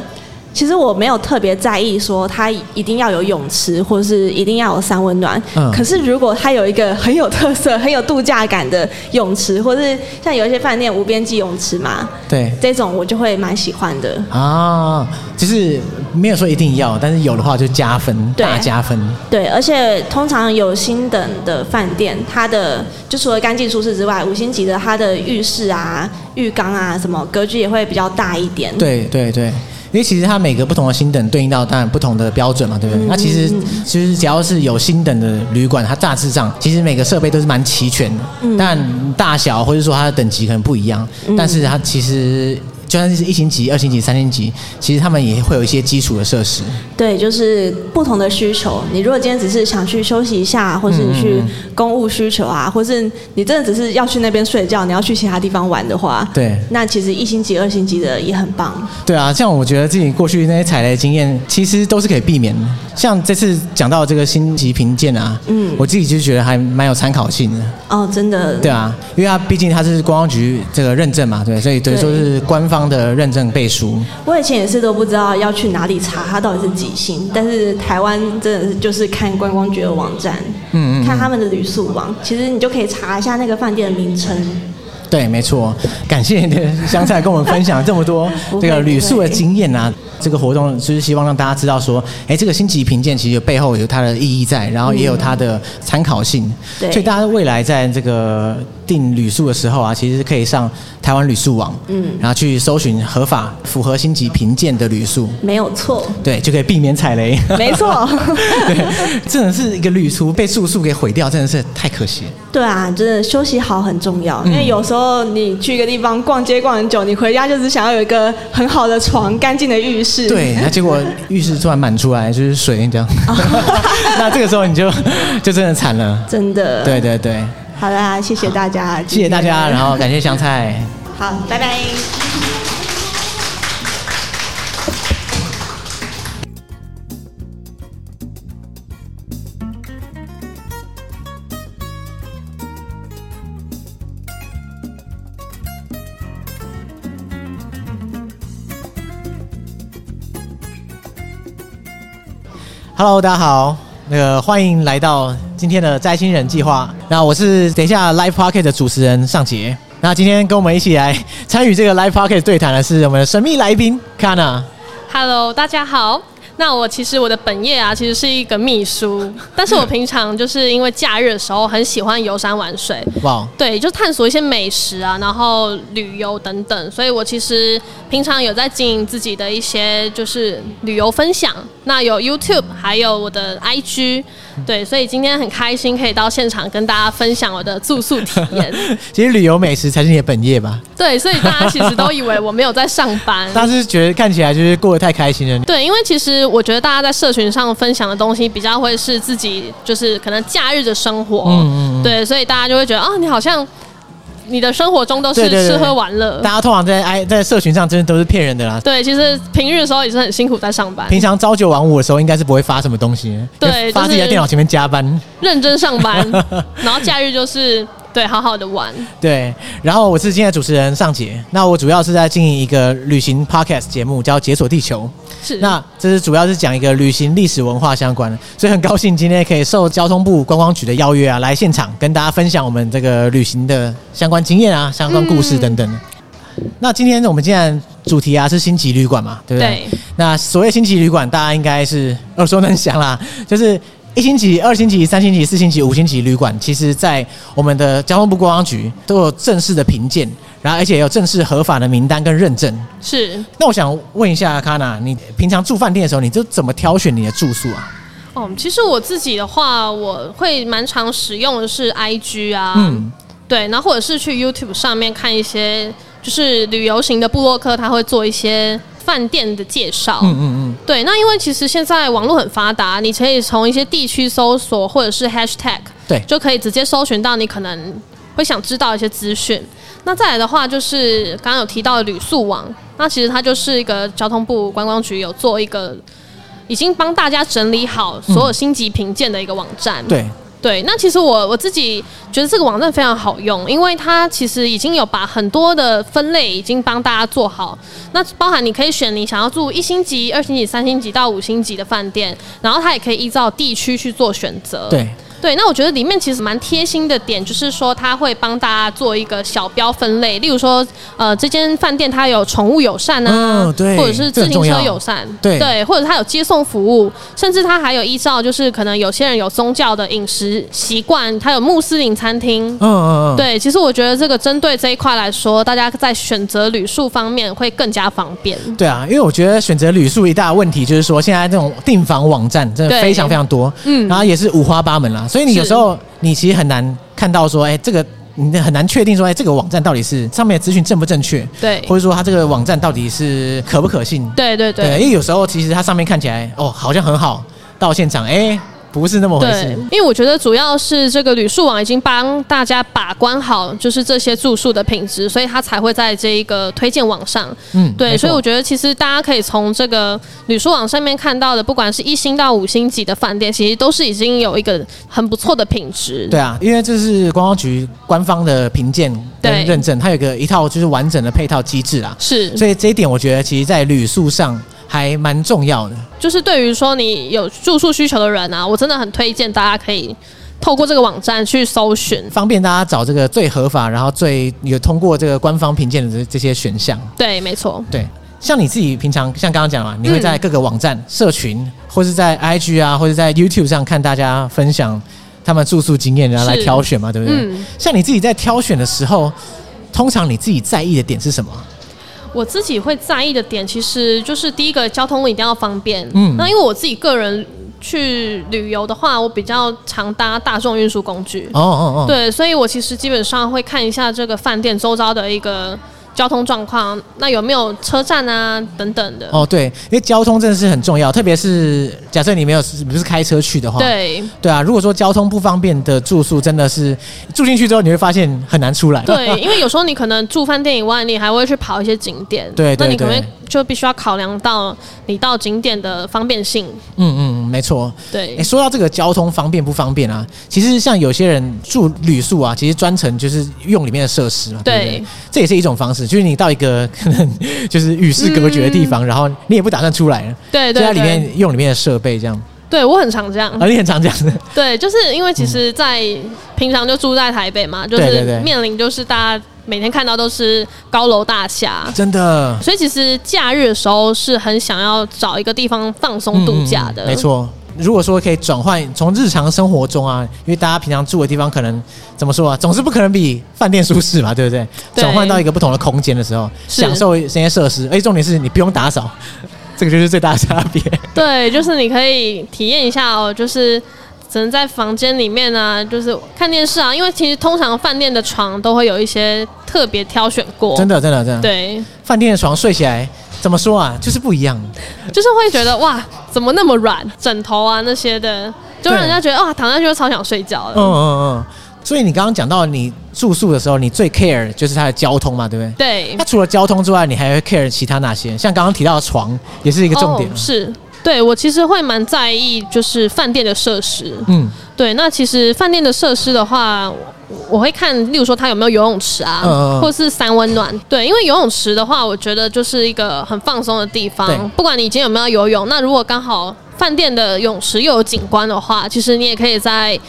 [SPEAKER 3] 其实我没有特别在意说它一定要有泳池，或是一定要有三温暖。
[SPEAKER 2] 嗯
[SPEAKER 3] 可是如果它有一个很有特色、很有度假感的泳池，或是像有一些饭店无边际泳池嘛，
[SPEAKER 2] 对。
[SPEAKER 3] 这种我就会蛮喜欢的。
[SPEAKER 2] 啊，就是没有说一定要，但是有的话就加分，
[SPEAKER 3] 对
[SPEAKER 2] 大加分。
[SPEAKER 3] 对，而且通常有星等的饭店，它的就除了干净舒适之外，五星级的它的浴室啊、浴缸啊什么格局也会比较大一点。
[SPEAKER 2] 对对对，因为其实它每个不同的星等对应到当然不同的标准嘛，对不对？那其实其实只要是有星等的旅馆，它大致上其实每个设备都是蛮齐全的，但大小或者说它的等级可能不一样，但是它其实。就算是一星级、二星级、三星级，其实他们也会有一些基础的设施。
[SPEAKER 3] 对，就是不同的需求。你如果今天只是想去休息一下，或是你去公务需求啊，或是你真的只是要去那边睡觉，你要去其他地方玩的话，
[SPEAKER 2] 对
[SPEAKER 3] 那其实一星级、二星级的也很棒。
[SPEAKER 2] 对啊，像我觉得自己过去那些踩雷经验，其实都是可以避免的。像这次讲到这个星级评鉴啊，嗯，我自己就觉得还蛮有参考性的。
[SPEAKER 3] 哦，真的，
[SPEAKER 2] 对啊，因为它毕竟它是观光局这个认证嘛，对，所以等于
[SPEAKER 3] 对
[SPEAKER 2] 说是官方的认证背书。
[SPEAKER 3] 我以前也是都不知道要去哪里查它到底是几星，但是台湾真的是就是看观光局的网站，嗯嗯看他们的旅宿网，其实你就可以查一下那个饭店的名称。
[SPEAKER 2] 对，没错，感谢你的香菜跟我们分享这么多
[SPEAKER 3] 不会
[SPEAKER 2] 这个旅宿的经验啊。这个活动就是希望让大家知道说，哎，这个星级评鉴其实背后有它的意义在，然后也有它的参考性。
[SPEAKER 3] 对
[SPEAKER 2] 所以大家未来在这个订旅宿的时候啊，其实是可以上台湾旅宿网，嗯，然后去搜寻合法符合星级评鉴的旅宿，
[SPEAKER 3] 没有 错，
[SPEAKER 2] 对，就可以避免踩雷。
[SPEAKER 3] 没错。
[SPEAKER 2] 对，真的是一个旅途被住宿给毁掉，真的是太可惜了。
[SPEAKER 3] 对啊，真的休息好很重要，
[SPEAKER 2] 嗯
[SPEAKER 3] 因为有时候你去一个地方逛街逛很久，你回家就只想要有一个很好的床、干净的浴室。
[SPEAKER 2] 对，那结果浴室突然满出来就是水这样， 那这个时候你就就真的惨了。
[SPEAKER 3] 真的。
[SPEAKER 2] 对，对对，
[SPEAKER 3] 好啦，谢谢大家，
[SPEAKER 2] 谢谢大家，然后感谢香菜。
[SPEAKER 3] 好，拜拜。
[SPEAKER 2] Hello，大家好，那个欢迎来到今天的摘星人计划。那我是等一下 Live Pocket 的主持人尚杰。那今天跟我们一起来参与这个 Live Pocket 对谈的是我们的神秘来宾 Kana。
[SPEAKER 4] Hello，大家好。那我其实我的本业啊，其实是一个秘书，但是我平常就是因为假日的时候很喜欢游山玩水，
[SPEAKER 2] 哇，
[SPEAKER 4] 对，就探索一些美食啊，然后旅游等等，所以我其实平常有在经营自己的一些就是旅游分享，那有 YouTube，还有我的 IG，对，所以今天很开心可以到现场跟大家分享我的住宿体验。
[SPEAKER 2] 其实旅游美食才是你的本业吧？
[SPEAKER 4] 对，所以大家其实都以为我没有在上班，
[SPEAKER 2] 但是觉得看起来就是过得太开心了。
[SPEAKER 4] 对，因为其实我觉得大家在社群上分享的东西比较会是自己就是可能假日的生活，
[SPEAKER 2] 嗯嗯嗯
[SPEAKER 4] 对，所以大家就会觉得啊，你好像你的生活中都
[SPEAKER 2] 对
[SPEAKER 4] 是
[SPEAKER 2] 对对
[SPEAKER 4] 吃喝玩乐。
[SPEAKER 2] 大家通常在 i 在社群上真的都是骗人的啦。
[SPEAKER 4] 对，其实平日的时候也是很辛苦在上班，
[SPEAKER 2] 平常朝九晚五的时候，应该是不会发什么东西，
[SPEAKER 4] 对
[SPEAKER 2] 因为发
[SPEAKER 4] 就是
[SPEAKER 2] 自己在电脑前面加班。
[SPEAKER 4] 认真上 班，然后假日就是对好好的玩。
[SPEAKER 2] 对，然后我是今天的主持人尚杰，那我主要是在经营一个旅行 podcast 节目，叫《解锁地球》。
[SPEAKER 4] 是，
[SPEAKER 2] 那这是主要是讲一个旅行历史文化相关的，所以很高兴今天可以受交通部观光局的邀约啊，来现场跟大家分享我们这个旅行的相关经验啊、相关故事等等的。那今天我们既然主题啊是星级旅馆嘛，对不对？
[SPEAKER 4] 对
[SPEAKER 2] 那所谓星级旅馆，大家应该是耳熟能详啦，就是。一星级、二星级、三星级、四星级、五星级旅馆，其实在我们的交通部观光局都有正式的评鉴，然后而且有正式合法的名单跟认证。
[SPEAKER 4] 是
[SPEAKER 2] 那我想问一下卡娜，你平常住饭店的时候，你都怎么挑选你的住宿啊？
[SPEAKER 4] 哦，其实我自己的话，我会蛮常使用的是 IG 啊，
[SPEAKER 2] 嗯
[SPEAKER 4] 对，然后或者是去 YouTube 上面看一些就是旅游型的部落客，他会做一些饭店的介绍。
[SPEAKER 2] 嗯嗯
[SPEAKER 4] 对，那因为其实现在网络很发达，你可以从一些地区搜索或者是 Hashtag，
[SPEAKER 2] 对
[SPEAKER 4] 就可以直接搜寻到你可能会想知道一些资讯。那再来的话，就是刚刚有提到的旅宿网，那其实它就是一个交通部观光局有做一个。已经帮大家整理好所有星级评鉴的一个网站，
[SPEAKER 2] 嗯，对，
[SPEAKER 4] 对，那其实我我自己觉得这个网站非常好用，因为它其实已经有把很多的分类已经帮大家做好。那包含你可以选你想要住一星级、二星级、三星级到五星级的饭店，然后它也可以依照地区去做选择。
[SPEAKER 2] 对，
[SPEAKER 4] 对，那我觉得里面其实蛮贴心的点，就是说它会帮大家做一个小标分类，例如说，呃，这间饭店它有宠物友善啊，
[SPEAKER 2] 嗯对
[SPEAKER 4] 或者
[SPEAKER 2] 这
[SPEAKER 4] 是自
[SPEAKER 2] 很
[SPEAKER 4] 行
[SPEAKER 2] 重
[SPEAKER 4] 车
[SPEAKER 2] 要
[SPEAKER 4] 友善，
[SPEAKER 2] 对
[SPEAKER 4] 或者它有接送服务，甚至它还有依照就是可能有些人有宗教的饮食习惯，它有穆斯林餐厅。
[SPEAKER 2] 嗯嗯嗯，
[SPEAKER 4] 对，其实我觉得这个针对这一块来说，大家在选择旅宿方面会更加方便。
[SPEAKER 2] 对啊，因为我觉得选择旅宿一大问题就是说，现在这种订房网站真的
[SPEAKER 4] 对
[SPEAKER 2] 非常非常多，
[SPEAKER 4] 嗯
[SPEAKER 2] 然后也是五花八门啦，所以你有
[SPEAKER 4] 是
[SPEAKER 2] 时候你其实很难看到说，哎、这个你很难确定说，哎、这个网站到底是上面的资讯正不正确，
[SPEAKER 4] 对
[SPEAKER 2] 或者说它这个网站到底是可不可信，
[SPEAKER 4] 对对对，
[SPEAKER 2] 因为有时候其实它上面看起来哦好像很好，到现场哎、不是那么回
[SPEAKER 4] 对
[SPEAKER 2] 事，，
[SPEAKER 4] 因为我觉得主要是这个旅宿网已经帮大家把关好，就是这些住宿的品质，所以它才会在这一个推荐网上。
[SPEAKER 2] 嗯没
[SPEAKER 4] 对，
[SPEAKER 2] 错
[SPEAKER 4] 所以我觉得其实大家可以从这个旅宿网上面看到的，不管是一星到五星级的饭店，其实都是已经有一个很不错的品质。
[SPEAKER 2] 对啊，因为这是观光局官方的评鉴
[SPEAKER 4] 对
[SPEAKER 2] 跟认证，它有一个一套就是完整的配套机制啦，
[SPEAKER 4] 是，
[SPEAKER 2] 所以这一点我觉得其实在旅宿上还蛮重要的。
[SPEAKER 4] 就是对于说你有住宿需求的人啊，我真的很推荐大家可以透过这个网站去搜寻。
[SPEAKER 2] 方便大家找这个最合法，然后最有通过这个官方评鉴的这这些选项。
[SPEAKER 4] 对，没错，
[SPEAKER 2] 对，像你自己平常像刚刚讲嘛，你会
[SPEAKER 4] 嗯
[SPEAKER 2] 在各个网站、社群，或是在 IG 啊，或是在 YouTube 上看大家分享他们住宿经验，然后来
[SPEAKER 4] 是
[SPEAKER 2] 挑选嘛，对不对？
[SPEAKER 4] 嗯
[SPEAKER 2] 像你自己在挑选的时候，通常你自己在意的点是什么？
[SPEAKER 4] 我自己会在意的点，其实就是第一个交通一定要方便。
[SPEAKER 2] 嗯
[SPEAKER 4] 那因为我自己个人去旅游的话，我比较常搭大众运输工具。
[SPEAKER 2] 哦哦哦，
[SPEAKER 4] 对，所以我其实基本上会看一下这个饭店周遭的一个交通状况，那有没有车站啊等等的。
[SPEAKER 2] 哦对，因为交通真的是很重要，特别是假设你没有不是开车去的话，
[SPEAKER 4] 对
[SPEAKER 2] 对啊，如果说交通不方便的住宿，真的是住进去之后你会发现很难出来。
[SPEAKER 4] 对，因为有时候你可能住饭店以外，你还会去跑一些景点。
[SPEAKER 2] 对对
[SPEAKER 4] 那你可能
[SPEAKER 2] 对
[SPEAKER 4] 就必须要考量到你到景点的方便性。
[SPEAKER 2] 嗯嗯，没错。
[SPEAKER 4] 对
[SPEAKER 2] 哎、，说到这个交通方便不方便啊，其实像有些人住旅宿啊，其实专程就是用里面的设施嘛，对不
[SPEAKER 4] 对
[SPEAKER 2] 对？这也是一种方式，就是你到一个 可能就是与世隔绝的地方，然后你也不打算出来了，
[SPEAKER 4] 嗯对
[SPEAKER 2] 就在
[SPEAKER 4] 对
[SPEAKER 2] 里
[SPEAKER 4] 对，嗯
[SPEAKER 2] 面用里面的设备这样，
[SPEAKER 4] 对我很常这样。
[SPEAKER 2] 而且很常这样的，
[SPEAKER 4] 对，就是因为其实，在平常就住在台北嘛，就
[SPEAKER 2] 嗯对对
[SPEAKER 4] 是
[SPEAKER 2] 对
[SPEAKER 4] 面临就是大家每天看到都是高楼大厦，
[SPEAKER 2] 真的
[SPEAKER 4] 所以其实假日的时候是很想要找一个地方放松度假的，
[SPEAKER 2] 嗯嗯嗯没。错。如果说可以转换从日常生活中啊，因为大家平常住的地方可能怎么说啊，总是不可能比饭店舒适嘛，对不对？
[SPEAKER 4] 对
[SPEAKER 2] 转换到一个不同的空间的时候，
[SPEAKER 4] 是
[SPEAKER 2] 享受这些设施，而且重点是你不用打扫， 这个就是最大的差别。
[SPEAKER 4] 对，就是你可以体验一下哦，就是只能在房间里面啊，就是看电视啊，因为其实通常饭店的床都会有一些特别挑选过，
[SPEAKER 2] 真的，真的，真的。，
[SPEAKER 4] 哦对，
[SPEAKER 2] 饭店的床睡起来怎么说啊，就是不一样。
[SPEAKER 4] 就是会觉得哇，怎么那么软，枕头啊那些的，就让人家觉得哇，躺下去就超想睡觉了。
[SPEAKER 2] 嗯嗯嗯。所以你刚刚讲到你住宿的时候，你最 care 就是它的交通嘛，对不对？
[SPEAKER 4] 对
[SPEAKER 2] 那，除了交通之外，你还会 care 其他哪些？像刚刚提到的床，也是一个重点啊
[SPEAKER 4] 哦、。是。对我其实会蛮在意，就是饭店的设施。
[SPEAKER 2] 嗯，
[SPEAKER 4] 对，那其实饭店的设施的话，我我会看，例如说它有没有游泳池啊，
[SPEAKER 2] 嗯嗯嗯
[SPEAKER 4] 或是三温暖。对，因为游泳池的话，我觉得就是一个很放松的地
[SPEAKER 2] 对
[SPEAKER 4] 方。不管你今天有没有游泳，那如果刚好饭店的泳池又有景观的话，其实你也可以在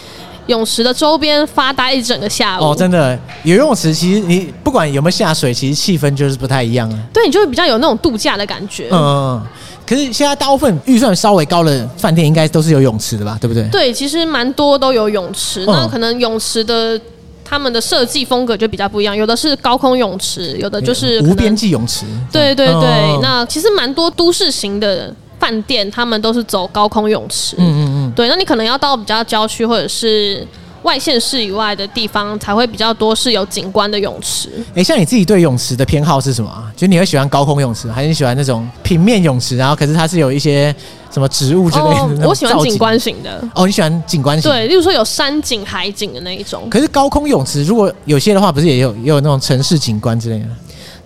[SPEAKER 4] 泳池的周边发呆一整个下午。
[SPEAKER 2] 哦，真的，游泳池其实你不管有没有下水，其实气氛就是不太一样啊。
[SPEAKER 4] 对，你就会比较有那种度假的感觉。
[SPEAKER 2] 嗯嗯，嗯可是现在大部分预算稍微高的饭店应该都是有泳池的吧，对不对？
[SPEAKER 4] 对，其实蛮多都有泳池，
[SPEAKER 2] 嗯
[SPEAKER 4] 那可能泳池的他们的设计风格就比较不一样，有的是高空泳池，有的就是
[SPEAKER 2] 嗯
[SPEAKER 4] 可
[SPEAKER 2] 无
[SPEAKER 4] 能
[SPEAKER 2] 边。际泳池。
[SPEAKER 4] 对对对，
[SPEAKER 2] 嗯嗯嗯
[SPEAKER 4] 那其实蛮多都市型的饭店，他们都是走高空泳池。
[SPEAKER 2] 嗯嗯嗯，
[SPEAKER 4] 对，那你可能要到比较郊区或者是外县市以外的地方，才会比较多是有景观的泳池。
[SPEAKER 2] 哎、像你自己对泳池的偏好是什么啊？就你会喜欢高空泳池，还是你喜欢那种平面泳池？然后可是它是有一些什么植物之类的、那种
[SPEAKER 4] 哦我喜欢
[SPEAKER 2] 造
[SPEAKER 4] 景观。型的，
[SPEAKER 2] 哦，你喜欢景观型？。
[SPEAKER 4] 对，例如说有山景、海景的那一种。
[SPEAKER 2] 可是高空泳池如果有些的话，不是也有也有那种城市景观之类的？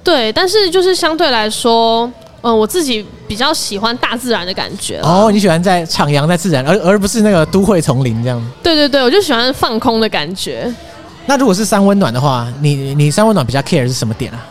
[SPEAKER 4] 对，但是就是相对来说，嗯、我自己比较喜欢大自然的感觉。
[SPEAKER 2] 哦，，你喜欢在徜徉在自然，而而不是那个都会丛林这样。
[SPEAKER 4] 对对对，我就喜欢放空的感觉。
[SPEAKER 2] 那如果是三温暖的话，你你三温暖比较 care 是什么点啊？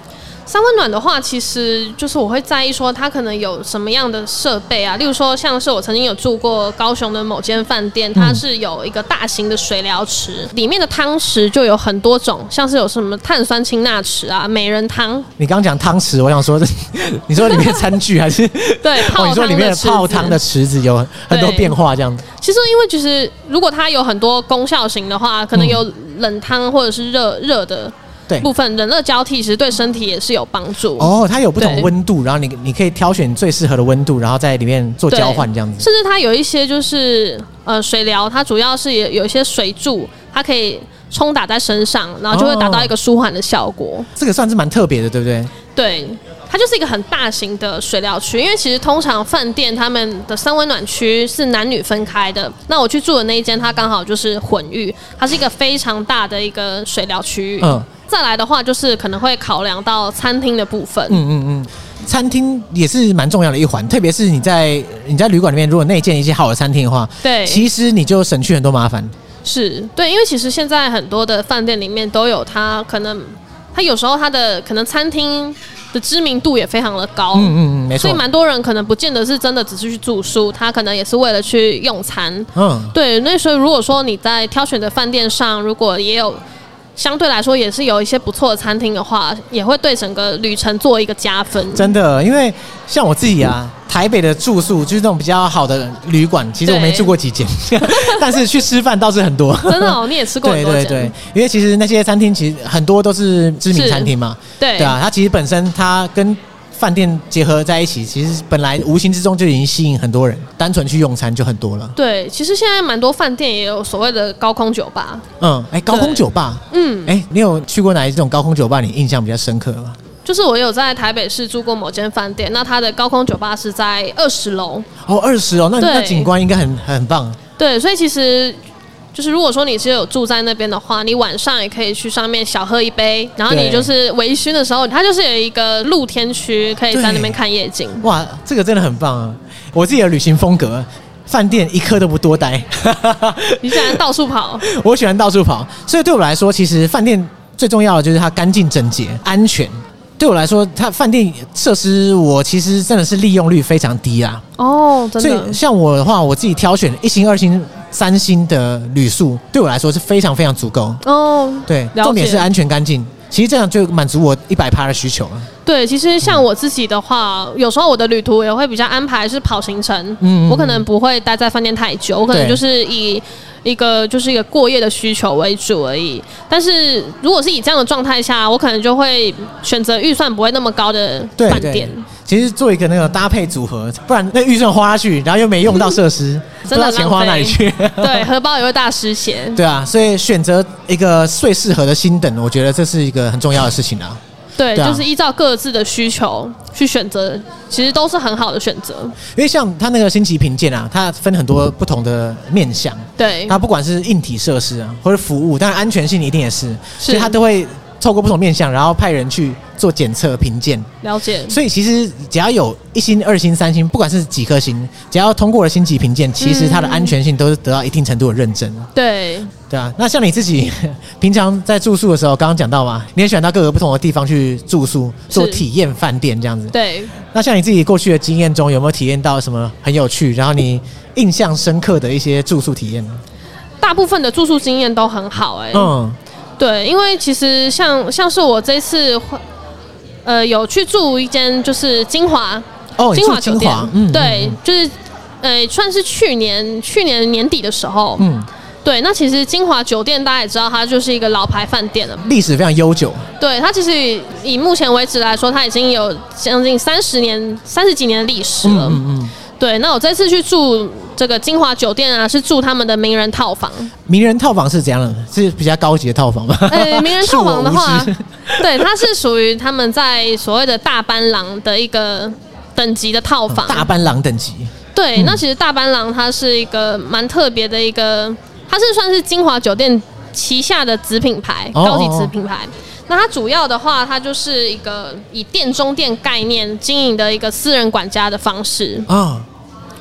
[SPEAKER 4] 三温暖的话，其实就是我会在意说它可能有什么样的设备啊，例如说像是我曾经有住过高雄的某间饭
[SPEAKER 2] 嗯
[SPEAKER 4] 店，它是有一个大型的水疗池，里面的汤匙就有很多种，像是有什么碳酸氢钠匙啊、美人汤，
[SPEAKER 2] 你刚讲汤匙，我想说， 你说里面餐具 还是
[SPEAKER 4] 对，泡
[SPEAKER 2] 哦，
[SPEAKER 4] 汤
[SPEAKER 2] 你说里面的
[SPEAKER 4] 池
[SPEAKER 2] 泡
[SPEAKER 4] 子
[SPEAKER 2] 汤的池子有很多
[SPEAKER 4] 对
[SPEAKER 2] 变化，这样子。
[SPEAKER 4] 其实，因为其实如果它有很多功效型的话，可能有冷汤或者是热热的
[SPEAKER 2] 对
[SPEAKER 4] 部分，冷热交替，其实对身体也是有帮助。
[SPEAKER 2] 哦，它有不同
[SPEAKER 4] 对
[SPEAKER 2] 温度，然后你你可以挑选最适合的温度，然后在里面做
[SPEAKER 4] 对
[SPEAKER 2] 交换，这样子。
[SPEAKER 4] 甚至它有一些就是呃水疗，它主要是有有一些水柱，它可以冲打在身上，然后就会达到一个舒缓的效果。
[SPEAKER 2] 这个算是蛮特别的，对不对？
[SPEAKER 4] 对，它就是一个很大型的水疗区，因为其实通常饭店他们的三温暖区是男女分开的。那我去住的那一间，它刚好就是混浴，它是一个非常大的一个水疗区域。
[SPEAKER 2] 嗯
[SPEAKER 4] 再来的话，就是可能会考量到餐厅的部分。
[SPEAKER 2] 嗯嗯嗯，餐厅也是蛮重要的一环，特别是你在你在旅馆里面，如果内建一些好的餐厅的话，
[SPEAKER 4] 对
[SPEAKER 2] 其实你就省去很多麻烦。
[SPEAKER 4] 是对，因为其实现在很多的饭店里面都有它，可能它有时候它的可能餐厅的知名度也非常的高。
[SPEAKER 2] 嗯嗯嗯，没
[SPEAKER 4] 所以
[SPEAKER 2] 错。
[SPEAKER 4] 蛮多人可能不见得是真的只是去住宿，他可能也是为了去用餐，
[SPEAKER 2] 嗯，
[SPEAKER 4] 对，那所以如果说你在挑选的饭店上，如果也有相对来说也是有一些不错的餐厅的话，也会对整个旅程做一个加分。
[SPEAKER 2] 真的，因为像我自己啊，台北的住宿就是那种比较好的旅馆，其实我没
[SPEAKER 4] 对
[SPEAKER 2] 住过几间， 但是去吃饭倒是很多。
[SPEAKER 4] 真的哦，你也吃过很
[SPEAKER 2] 对
[SPEAKER 4] 多
[SPEAKER 2] 对
[SPEAKER 4] 间，
[SPEAKER 2] 对，因为其实那些餐厅其实很多都是知名
[SPEAKER 4] 是
[SPEAKER 2] 餐厅嘛，
[SPEAKER 4] 对
[SPEAKER 2] 对啊，它其实本身它跟饭店结合在一起，其实本来无形之中就已经吸引很多人，单纯去用餐就很多了。
[SPEAKER 4] 对其实现在蛮多饭店也有所谓的高空酒吧，
[SPEAKER 2] 嗯，哎、高空酒吧，
[SPEAKER 4] 嗯，
[SPEAKER 2] 哎、你有去过哪一种高空酒吧？你印象比较深刻吗？
[SPEAKER 4] 就是我有在台北市住过某间饭店，那它的高空酒吧是在二十楼，
[SPEAKER 2] 哦，二十哦，那
[SPEAKER 4] 对
[SPEAKER 2] 那景观应该很很棒。
[SPEAKER 4] 对，所以其实。就是如果说你是有住在那边的话，你晚上也可以去上面小喝一杯，然后你
[SPEAKER 2] 对
[SPEAKER 4] 就是微醺的时候，它就是有一个露天区，可以在那边
[SPEAKER 2] 对
[SPEAKER 4] 看夜景。
[SPEAKER 2] 哇，这个真的很棒啊！我自己的旅行风格，饭店一刻都不多待。
[SPEAKER 4] 你喜欢到处跑，
[SPEAKER 2] 我喜欢到处跑，所以对我来说，其实饭店最重要的就是它干净、整洁、安全。对我来说，它饭店设施我其实真的是利用率非常低啦。
[SPEAKER 4] 哦，真
[SPEAKER 2] 所
[SPEAKER 4] 的
[SPEAKER 2] 以像我的话，我自己挑选一星、二星、三星的旅宿，对我来说是非常非常足够。
[SPEAKER 4] 哦，
[SPEAKER 2] 对，
[SPEAKER 4] 了
[SPEAKER 2] 重点
[SPEAKER 4] 解
[SPEAKER 2] 是安全干净。其实这样就满足我一百趴的需求了。
[SPEAKER 4] 对，其实像我自己的话，有时候我的旅途也会比较安排是跑行程，嗯
[SPEAKER 2] 嗯嗯
[SPEAKER 4] 我可能不会待在饭店太久，我可能
[SPEAKER 2] 对
[SPEAKER 4] 就是以一个就是一个过夜的需求为主而已。但是如果是以这样的状态下，我可能就会选择预算不会那么高的
[SPEAKER 2] 对
[SPEAKER 4] 饭
[SPEAKER 2] 对
[SPEAKER 4] 店。，
[SPEAKER 2] 其实做一个那个搭配组合，不然那预算花下去，然后又没用到设施，不
[SPEAKER 4] 真
[SPEAKER 2] 知道
[SPEAKER 4] 的
[SPEAKER 2] 钱花哪里去。
[SPEAKER 4] 对， 荷包也会大失血。
[SPEAKER 2] 对啊，所以选择一个最适合的星等，我觉得这是一个很重要的事情啊。
[SPEAKER 4] 对，
[SPEAKER 2] 对啊
[SPEAKER 4] 就是依照各自的需求去选择，其实都是很好的选择。
[SPEAKER 2] 因为像它那个星级评鉴啊，它分很多不同的面向，
[SPEAKER 4] 对，
[SPEAKER 2] 它不管是硬体设施啊，或者服务，当然安全性一定也是，所以它都会透过不同面向，然后派人去做检测评鉴。
[SPEAKER 4] 了解。
[SPEAKER 2] 所以其实只要有一星、二星、三星，不管是几颗星，只要通过了星级评鉴，其实它的安全性都是得到一定程度的认证。
[SPEAKER 4] 对，
[SPEAKER 2] 对啊，那像你自己 平常在住宿的时候，刚刚讲到嘛，你很喜欢到各个不同的地方去住宿，做
[SPEAKER 4] 是
[SPEAKER 2] 体验饭店这样子。
[SPEAKER 4] 对，
[SPEAKER 2] 那像你自己过去的经验中，有没有体验到什么很有趣，然后你印象深刻的一些住宿体验？
[SPEAKER 4] 哎大部分的住宿经验都很好、哎、
[SPEAKER 2] 嗯，
[SPEAKER 4] 对，因为其实像像是我这次会，呃，有去住一间就是金华，
[SPEAKER 2] 哦，你
[SPEAKER 4] 金
[SPEAKER 2] 住
[SPEAKER 4] 华酒
[SPEAKER 2] 金
[SPEAKER 4] 店
[SPEAKER 2] 华，，嗯，
[SPEAKER 4] 对，就是呃，算是去年去年年底的时候，
[SPEAKER 2] 嗯，
[SPEAKER 4] 对，那其实金华酒店大家也知道，它就是一个老牌饭店了嘛，
[SPEAKER 2] 嗯历史非常悠久，
[SPEAKER 4] 对，它其实以目前为止来说，它已经有将近三十年、三十几年的历史了。
[SPEAKER 2] 嗯嗯，
[SPEAKER 4] 对，那我这次去住这个金华酒店啊，是住他们的名人套房。
[SPEAKER 2] 名人套房是怎样的？是比较高级的套房吗？
[SPEAKER 4] 呃，名人套房的 话
[SPEAKER 2] 恕我无知，
[SPEAKER 4] 对，它是属于他们在所谓的大班廊的一个等级的套房。
[SPEAKER 2] 大班郎等级，
[SPEAKER 4] 对，那其实大班廊它是一个蛮特别的一个，它是算是金华酒店旗下的子品牌，
[SPEAKER 2] 哦
[SPEAKER 4] 高级子品牌。那它主要的话，它就是一个以店中店概念经营的一个私人管家的方式。
[SPEAKER 2] 啊、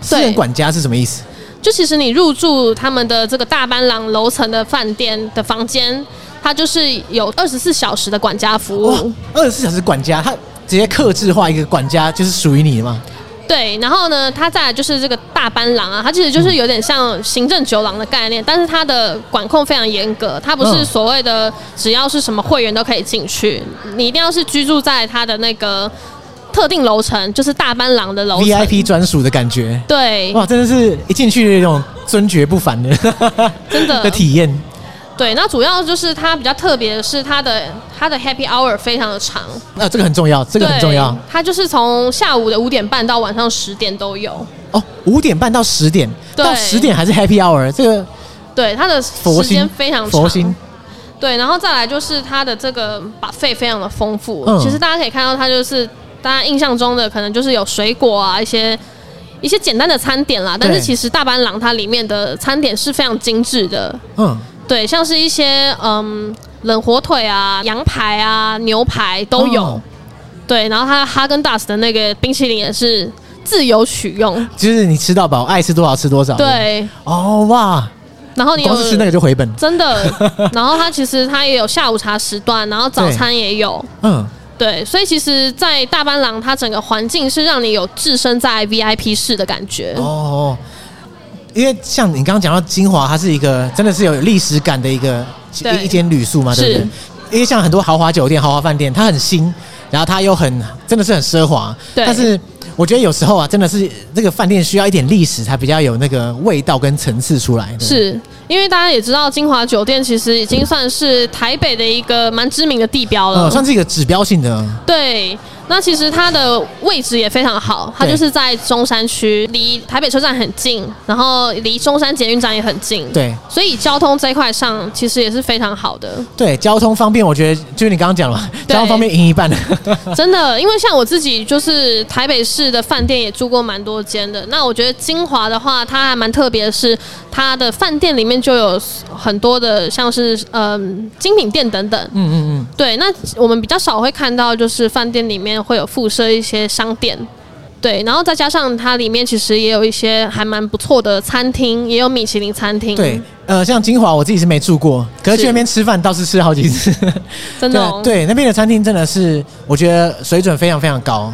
[SPEAKER 2] 私人管家是什么意思？
[SPEAKER 4] 就其实你入住他们的这个大班廊楼层的饭店的房间，它就是有二十四小时的管家服
[SPEAKER 2] 哇
[SPEAKER 4] 务。，
[SPEAKER 2] 二十四小时管家，他直接克制化一个管家，就是属于你的嘛。
[SPEAKER 4] 对，然后呢，它再来就是这个大班郎啊，它其实就是有点像行政酒廊的概念，但是它的管控非常严格，它不是
[SPEAKER 2] 嗯
[SPEAKER 4] 所谓的只要是什么会员都可以进去，你一定要是居住在它的那个特定楼层，哦就是大班郎的楼层。
[SPEAKER 2] VIP 专属的感觉。
[SPEAKER 4] 对，
[SPEAKER 2] 哇，真的是一进去有一种尊爵不凡的，
[SPEAKER 4] 真 的
[SPEAKER 2] 的体验。
[SPEAKER 4] 对，那主要就是它比较特别的是它的它的 Happy Hour 非常的长，
[SPEAKER 2] 那、啊这个很重要，这
[SPEAKER 4] 这
[SPEAKER 2] 个很重要。
[SPEAKER 4] 它就是从下午的五点半到晚上十点都有。
[SPEAKER 2] 哦，五点半到十点，
[SPEAKER 4] 对
[SPEAKER 2] 到十点还是 Happy Hour，这个
[SPEAKER 4] 对，它的
[SPEAKER 2] 佛
[SPEAKER 4] 时间
[SPEAKER 2] 心
[SPEAKER 4] 非常长。
[SPEAKER 2] 佛心，
[SPEAKER 4] 对，然后再来就是它的这个把费非常的丰富。
[SPEAKER 2] 嗯
[SPEAKER 4] 其实大家可以看到，它就是大家印象中的可能就是有水果啊，一些一些简单的餐点啦。但是
[SPEAKER 2] 对
[SPEAKER 4] 其实大班郎它里面的餐点是非常精致的，
[SPEAKER 2] 嗯，
[SPEAKER 4] 对，像是一些嗯冷火腿啊、羊排啊、牛排都有。
[SPEAKER 2] 哦
[SPEAKER 4] 对，然后它哈根达斯的那个冰淇淋也是自由取用。
[SPEAKER 2] 就是你吃到饱，爱吃多少吃多少。，
[SPEAKER 4] 对，
[SPEAKER 2] 哦哇，
[SPEAKER 4] 然后你有
[SPEAKER 2] 光是吃那个就回本。
[SPEAKER 4] 真的，然后它其实它也有下午茶时段，然后早餐也有。
[SPEAKER 2] 嗯，
[SPEAKER 4] 对，所以其实，在大班廊，它整个环境是让你有置身在 VIP 室的感觉。
[SPEAKER 2] 哦哦，因为像你刚刚讲到金华，它是一个真的是有历史感的一个
[SPEAKER 4] 对
[SPEAKER 2] 一一间旅宿嘛，对不对
[SPEAKER 4] 是？
[SPEAKER 2] 因为像很多豪华酒店、豪华饭店，它很新，然后它又很真的是很奢华，
[SPEAKER 4] 对
[SPEAKER 2] 但是。我觉得有时候啊，真的是这个饭店需要一点历史，才比较有那个味道跟层次出来。对
[SPEAKER 4] 是因为大家也知道，金华酒店其实已经算是台北的一个蛮知名的地标了。
[SPEAKER 2] 呃，算是一个指标性的，
[SPEAKER 4] 对，那其实它的位置也非常好，它
[SPEAKER 2] 对
[SPEAKER 4] 就是在中山区，离台北车站很近，然后离中山捷运站也很近。，
[SPEAKER 2] 对
[SPEAKER 4] 所以交通这一块上其实也是非常好的。
[SPEAKER 2] 对，交通方便，我觉得就是你刚刚讲了嘛，
[SPEAKER 4] 对嗯
[SPEAKER 2] 交通方面赢一半的，
[SPEAKER 4] 真的，因为像我自己就是台北市的饭店也住过蛮多间的。那我觉得金华的话，它还蛮特别的是，它的饭店里面就有很多的像是嗯精品店等等。
[SPEAKER 2] 嗯嗯嗯，
[SPEAKER 4] 对，那我们比较少会看到，就是饭店里面会有附设一些商店。对，然后再加上它里面其实也有一些还蛮不错的餐厅，也有米其林餐厅。
[SPEAKER 2] 对，，呃，像金华我自己是没住过，可是去
[SPEAKER 4] 是
[SPEAKER 2] 那边吃饭倒是吃了好几次，
[SPEAKER 4] 真的、哦
[SPEAKER 2] 对。对，那边的餐厅真的是我觉得水准非常非常高，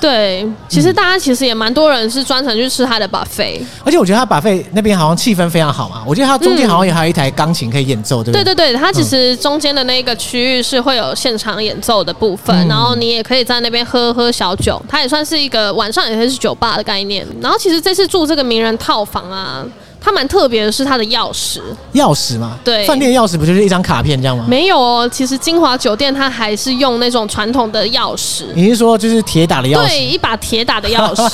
[SPEAKER 4] 对其实大家其实也蛮多人是专程去吃它的 buffet。
[SPEAKER 2] 而且我觉得它把费那边好像气氛非常好嘛，我觉得它中间
[SPEAKER 4] 嗯
[SPEAKER 2] 好像也还有一台钢琴可以演奏，对不
[SPEAKER 4] 对
[SPEAKER 2] 对？
[SPEAKER 4] 对对，它其实中间的那个区域是会有现场演奏的部分，
[SPEAKER 2] 嗯
[SPEAKER 4] 然后你也可以在那边喝喝小酒，它也算是一个晚上也会是酒吧的概念。然后其实这次住这个名人套房啊，它蛮特别的是它的钥匙
[SPEAKER 2] 钥匙嘛，
[SPEAKER 4] 对
[SPEAKER 2] 饭店钥匙不就是一张卡片这样吗？
[SPEAKER 4] 没有哦，其实金华酒店它还是用那种传统的钥匙，
[SPEAKER 2] 你是说就是铁打的钥
[SPEAKER 4] 对，
[SPEAKER 2] 匙？
[SPEAKER 4] 一把铁打的 钥匙，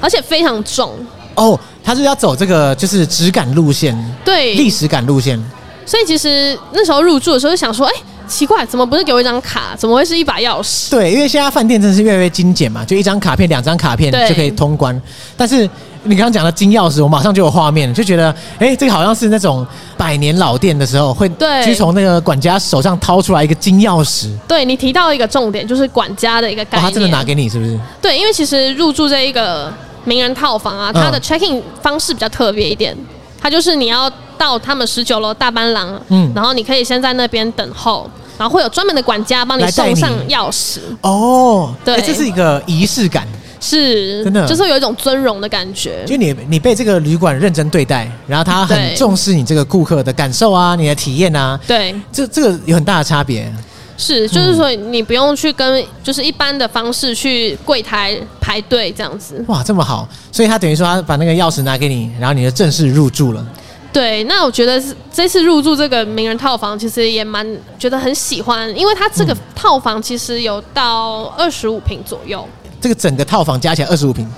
[SPEAKER 4] 而且非常重，
[SPEAKER 2] 哦，它是要走这个就是质感路线，
[SPEAKER 4] 对，
[SPEAKER 2] 历史感路线，
[SPEAKER 4] 所以其实那时候入住的时候就想说，哎、奇怪，怎么不是给我一张卡，怎么会是一把钥匙？
[SPEAKER 2] 对，因为现在饭店真的是越来越精简嘛，就一张卡片、两张卡片
[SPEAKER 4] 嗯对
[SPEAKER 2] 就可以通关。但是你刚刚讲的金钥匙，我马上就有画面，就觉得哎、诶这个好像是那种百年老店的时候会，
[SPEAKER 4] 对
[SPEAKER 2] 就从那个管家手上掏出来一个金钥匙，
[SPEAKER 4] 对你提到一个重点，就是管家的一个概
[SPEAKER 2] 哇，
[SPEAKER 4] 念。
[SPEAKER 2] 哦他真的拿给你是不是？
[SPEAKER 4] 对，因为其实入住这一个名人套房啊，
[SPEAKER 2] 嗯
[SPEAKER 4] 它的 check in 方式比较特别一点，它就是你要到他们十九楼大班廊，
[SPEAKER 2] 嗯
[SPEAKER 4] 然后你可以先在那边等候，然后会有专门的管家帮你
[SPEAKER 2] 来带
[SPEAKER 4] 送
[SPEAKER 2] 你
[SPEAKER 4] 上钥匙，
[SPEAKER 2] 哦，
[SPEAKER 4] 对
[SPEAKER 2] 诶这是一个仪式感，
[SPEAKER 4] 是
[SPEAKER 2] 真的
[SPEAKER 4] 就是有一种尊荣的感觉。
[SPEAKER 2] 就你你被这个旅馆认真对待，然后他很
[SPEAKER 4] 对
[SPEAKER 2] 重视你这个顾客的感受啊，你的体验啊，
[SPEAKER 4] 对，
[SPEAKER 2] 这这个有很大的差别。
[SPEAKER 4] 是，
[SPEAKER 2] 嗯
[SPEAKER 4] 就是说你不用去跟就是一般的方式去柜台排队这样子。
[SPEAKER 2] 哇，这么好，所以他等于说他把那个钥匙拿给你，然后你就正式入住了。
[SPEAKER 4] 对，那我觉得是这次入住这个名人套房，其实也蛮觉得很喜欢，因为它这个套房其实有到二十五平左右，
[SPEAKER 2] 这个整个套房加起来二十五平，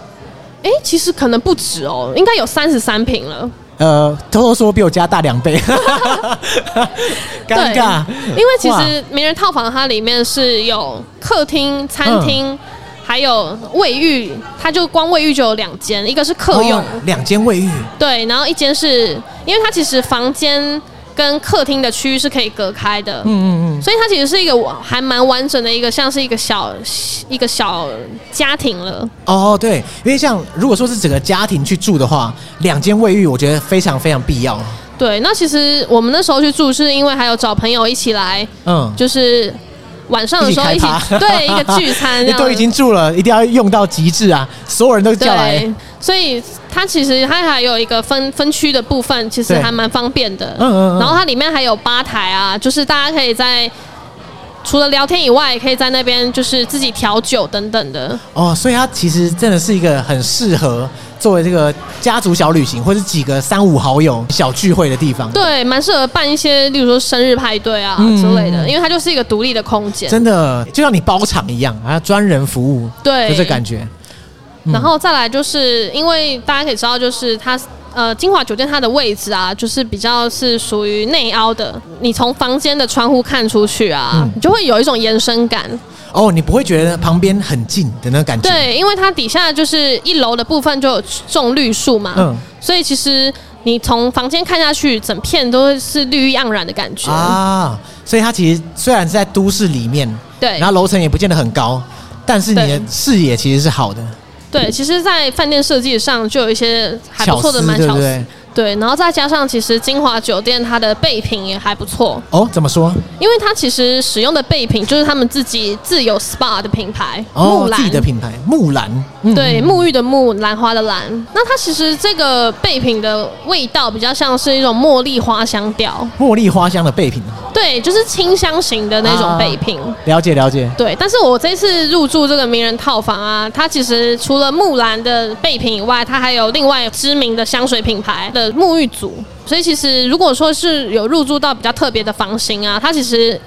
[SPEAKER 4] 诶，其实可能不止哦，应该有三十三平了。
[SPEAKER 2] 呃，偷偷说比我家大两 倍，尴尬。
[SPEAKER 4] 因为其
[SPEAKER 2] 哇
[SPEAKER 4] 实名人套房它里面是有客厅、餐厅。还有卫浴，它就光卫浴就有两间，一个是客用，
[SPEAKER 2] 哦两间卫浴，
[SPEAKER 4] 对，然后一间是因为它其实房间跟客厅的区域是可以隔开的，
[SPEAKER 2] 嗯嗯嗯，
[SPEAKER 4] 所以它其实是一个完还蛮完整的一个，像是一个小一个小家庭了。
[SPEAKER 2] 哦对，因为像如果说是整个家庭去住的话，两间卫浴我觉得非常非常必要。
[SPEAKER 4] 对，那其实我们那时候去住，是因为还有找朋友一起来，
[SPEAKER 2] 嗯，
[SPEAKER 4] 就是晚上的
[SPEAKER 2] 一起
[SPEAKER 4] 时候
[SPEAKER 2] 开
[SPEAKER 4] 一起
[SPEAKER 2] 趴，
[SPEAKER 4] 对一个聚餐这
[SPEAKER 2] 你
[SPEAKER 4] 样子，
[SPEAKER 2] 都已经住了，一定要用到极致啊！所有人都叫来
[SPEAKER 4] 对，，所以它其实它还有一个分分区的部分，其实
[SPEAKER 2] 对
[SPEAKER 4] 还蛮方便的。
[SPEAKER 2] 嗯嗯嗯
[SPEAKER 4] 然后它里面还有吧台啊，就是大家可以在除了聊天以外，也可以在那边就是自己调酒等等的。
[SPEAKER 2] 哦，所以它其实真的是一个很适合作为这个家族小旅行，或是几个三五好友小聚会的地方。
[SPEAKER 4] 对，蛮适合办一些，例如说生日派对啊
[SPEAKER 2] 嗯
[SPEAKER 4] 之类
[SPEAKER 2] 嗯
[SPEAKER 4] 的，
[SPEAKER 2] 嗯
[SPEAKER 4] 因为它就是一个独立的空间。
[SPEAKER 2] 真的就像你包场一样，还要专人服务，
[SPEAKER 4] 对
[SPEAKER 2] 就这感觉。嗯
[SPEAKER 4] 然后再来就是因为大家可以知道，就是它呃金华酒店它的位置啊，就是比较是属于内凹的，你从房间的窗户看出去啊，
[SPEAKER 2] 嗯
[SPEAKER 4] 你就会有一种延伸感。
[SPEAKER 2] 哦，你不会觉得旁边很近的那个感觉。，
[SPEAKER 4] 对，因为它底下就是一楼的部分就有种绿树嘛，
[SPEAKER 2] 嗯
[SPEAKER 4] 所以其实你从房间看下去，整片都是绿意盎然的感觉。
[SPEAKER 2] 啊，所以它其实虽然是在都市里面，
[SPEAKER 4] 对
[SPEAKER 2] 然后楼层也不见得很高，但是你的
[SPEAKER 4] 对
[SPEAKER 2] 视野其实是好的，
[SPEAKER 4] 对，其实，在饭店设计上就有一些还不错的，蛮
[SPEAKER 2] 对
[SPEAKER 4] 巧
[SPEAKER 2] 不
[SPEAKER 4] 思。
[SPEAKER 2] 对？
[SPEAKER 4] 对，然后再加上其实金华酒店它的备品也还不错，
[SPEAKER 2] 哦，怎么说？
[SPEAKER 4] 因为它其实使用的备品就是他们自己自有 SPA 的品牌，
[SPEAKER 2] 哦
[SPEAKER 4] 木，兰
[SPEAKER 2] 自己的品牌木兰，嗯
[SPEAKER 4] 对，沐浴的沐，兰花的兰。那它其实这个备品的味道比较像是一种茉莉花香调，
[SPEAKER 2] 茉莉花香的备品，
[SPEAKER 4] 对，就是清香型的那
[SPEAKER 2] 啊
[SPEAKER 4] 种备品。
[SPEAKER 2] 了解了解。
[SPEAKER 4] 对，但是我这次入住这个名人套房啊，它其实除了木兰的备品以外，它还有另外知名的香水品牌的沐浴组。所以其实如果说是有入住到比较特别的房型啊，它其实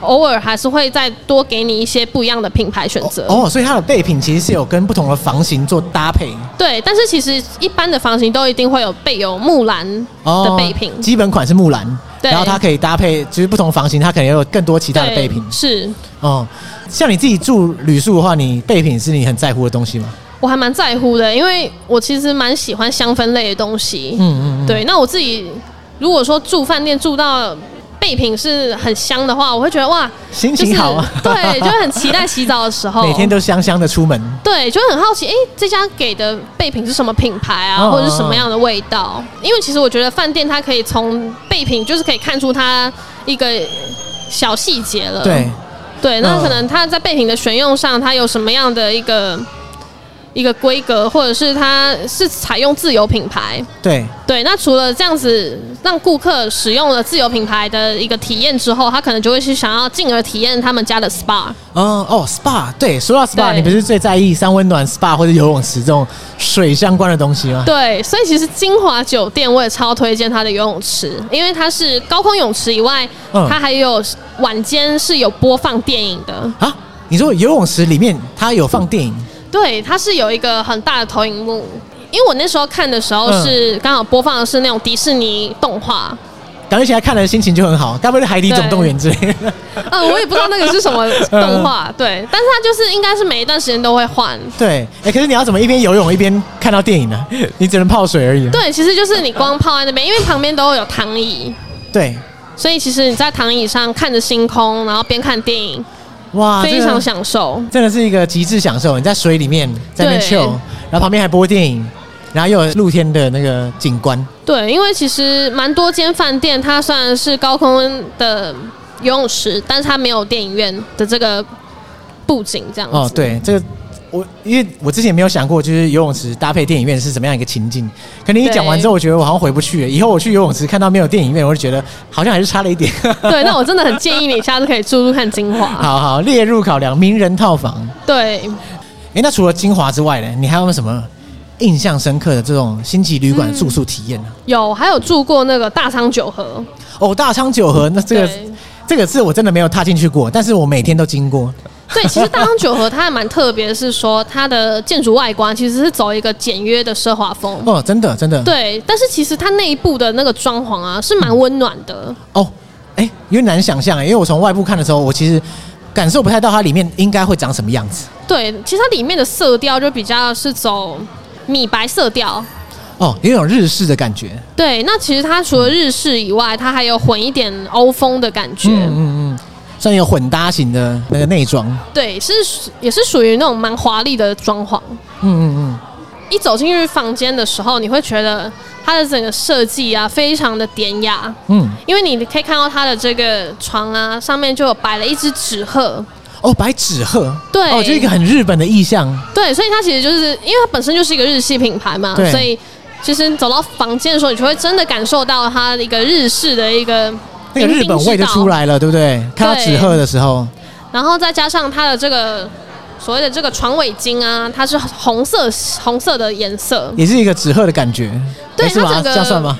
[SPEAKER 4] 偶尔还是会再多给你一些不一样的品牌选择。
[SPEAKER 2] 哦，所以它的备品其实是有跟不同的房型做搭配
[SPEAKER 4] 对，但是其实一般的房型都一定会有备有木兰
[SPEAKER 2] 哦
[SPEAKER 4] 的备品，
[SPEAKER 2] 基本款是木兰，
[SPEAKER 4] 对
[SPEAKER 2] 然后它可以搭配，就是不同房型它可能也有更多其他的备品
[SPEAKER 4] 对是
[SPEAKER 2] 哦。像你自己住旅宿的话，你备品是你很在乎的东西吗？
[SPEAKER 4] 我还蛮在乎的，因为我其实蛮喜欢香氛类的东西。
[SPEAKER 2] 嗯嗯嗯，
[SPEAKER 4] 对，那我自己如果说住饭店住到备品是很香的话，我会觉得哇，
[SPEAKER 2] 心
[SPEAKER 4] 就是
[SPEAKER 2] 情好啊，
[SPEAKER 4] 对，就会很期待洗澡的时候，
[SPEAKER 2] 每天都香香的出门。
[SPEAKER 4] 对，就会很好奇，哎、这家给的备品是什么品牌啊，
[SPEAKER 2] 哦
[SPEAKER 4] 或者是什么样的味道？因为其实我觉得饭店它可以从备品就是可以看出它一个小细节了。
[SPEAKER 2] 对，
[SPEAKER 4] 对，那
[SPEAKER 2] 嗯
[SPEAKER 4] 可能它在备品的选用上，它有什么样的一个一个规格，或者是它是采用自有品牌？
[SPEAKER 2] 对，
[SPEAKER 4] 对，那除了这样子让顾客使用了自有品牌的一个体验之后，他可能就会去想要进而体验他们家的 SPA。
[SPEAKER 2] 嗯，哦，SPA，对，说到 SPA，
[SPEAKER 4] 对
[SPEAKER 2] 你不是最在意三温暖 SPA 或者游泳池这种水相关的东西吗？
[SPEAKER 4] 对，所以其实金华酒店我也超推荐它的游泳池，因为它是高空泳池以外，
[SPEAKER 2] 嗯
[SPEAKER 4] 它还有晚间是有播放电影的。
[SPEAKER 2] 啊，你说游泳池里面它有放电影，
[SPEAKER 4] 对，它是有一个很大的投影幕。因为我那时候看的时候
[SPEAKER 2] 嗯
[SPEAKER 4] 是刚好播放的是那种迪士尼动画，
[SPEAKER 2] 感觉起来看了心情就很好，该不会是海底总动员之类的？
[SPEAKER 4] 呃，我也不知道那个是 什么动画，对，但是它就是应该是每一段时间都会换，
[SPEAKER 2] 对，哎、可是你要怎么一边游泳一边看到电影呢？你只能泡水而已。
[SPEAKER 4] 对，其实就是你光泡在那边，因为旁边都有躺椅，
[SPEAKER 2] 对，
[SPEAKER 4] 所以其实你在躺椅上看着星空，然后边看电影，
[SPEAKER 2] 哇，
[SPEAKER 4] 非
[SPEAKER 2] 啊这
[SPEAKER 4] 常
[SPEAKER 2] 个
[SPEAKER 4] 享受。
[SPEAKER 2] 真的是一个极致享受。你在水里面在那边
[SPEAKER 4] 对
[SPEAKER 2] chill，然后旁边还播电影，然后又有露天的那个景观。
[SPEAKER 4] 对，因为其实蛮多间饭店，它虽然是高空的游泳池，但是它没有电影院的这个布景这样子。
[SPEAKER 2] 哦，对，这个我因为我之前没有想过，就是游泳池搭配电影院是什么样一个情境。可能你
[SPEAKER 4] 对
[SPEAKER 2] 讲完之后，我觉得我好像回不去了。以后我去游泳池看到没有电影院，我就觉得好像还是差了一 点。
[SPEAKER 4] 对，那我真的很建议你下次可以住住看金 华。
[SPEAKER 2] 好好列入考量，名人套房。
[SPEAKER 4] 对，
[SPEAKER 2] 诶，那除了金华之外呢，你还有没有什么印象深刻的这种星级旅馆住宿体验呢、
[SPEAKER 4] 有还有住过那个大仓九和，
[SPEAKER 2] 哦，大昌九和，那这个
[SPEAKER 4] 对
[SPEAKER 2] 这个是我真的没有踏进去过，但是我每天都经过。
[SPEAKER 4] 对，其实大仓九和它还蛮特别，是说它的建筑外观其实是走一个简约的奢华风。
[SPEAKER 2] 哦，真的真的。
[SPEAKER 4] 对，但是其实它内部的那个装潢啊，是蛮温暖的。
[SPEAKER 2] 哦，哎、有点难想象、诶因为我从外部看的时候，我其实感受不太到它里面应该会长什么样子。
[SPEAKER 4] 对，其实它里面的色调就比较是走米白色调。
[SPEAKER 2] 哦，有一种日式的感觉。
[SPEAKER 4] 对，那其实它除了日式以外，它还有混一点欧风的感觉。
[SPEAKER 2] 嗯嗯，算有混搭型的那个内装。
[SPEAKER 4] 对，是也是属于那种蛮华丽的装潢。
[SPEAKER 2] 嗯嗯嗯。
[SPEAKER 4] 一走进去房间的时候，你会觉得它的整个设计啊，非常的典雅。
[SPEAKER 2] 嗯，
[SPEAKER 4] 因为你可以看到它的这个床啊，上面就有摆了一只纸鹤，
[SPEAKER 2] 哦，白纸鹤，
[SPEAKER 4] 对
[SPEAKER 2] 哦，就一个很日本的意象，
[SPEAKER 4] 对，所以它其实就是因为它本身就是一个日系品牌嘛
[SPEAKER 2] 对，
[SPEAKER 4] 所以其实你走到房间的时候，你就会真的感受到它一个日式的一个
[SPEAKER 2] 那个日本味就出。来了，对不对？看到纸鹤的时候，
[SPEAKER 4] 然后再加上它的这个所谓的这个床尾巾啊，它是红色红色的颜色，
[SPEAKER 2] 也是一个纸鹤的感觉，
[SPEAKER 4] 对
[SPEAKER 2] 诶是
[SPEAKER 4] 它
[SPEAKER 2] 吧？
[SPEAKER 4] 整个嗯
[SPEAKER 2] 这样算吗？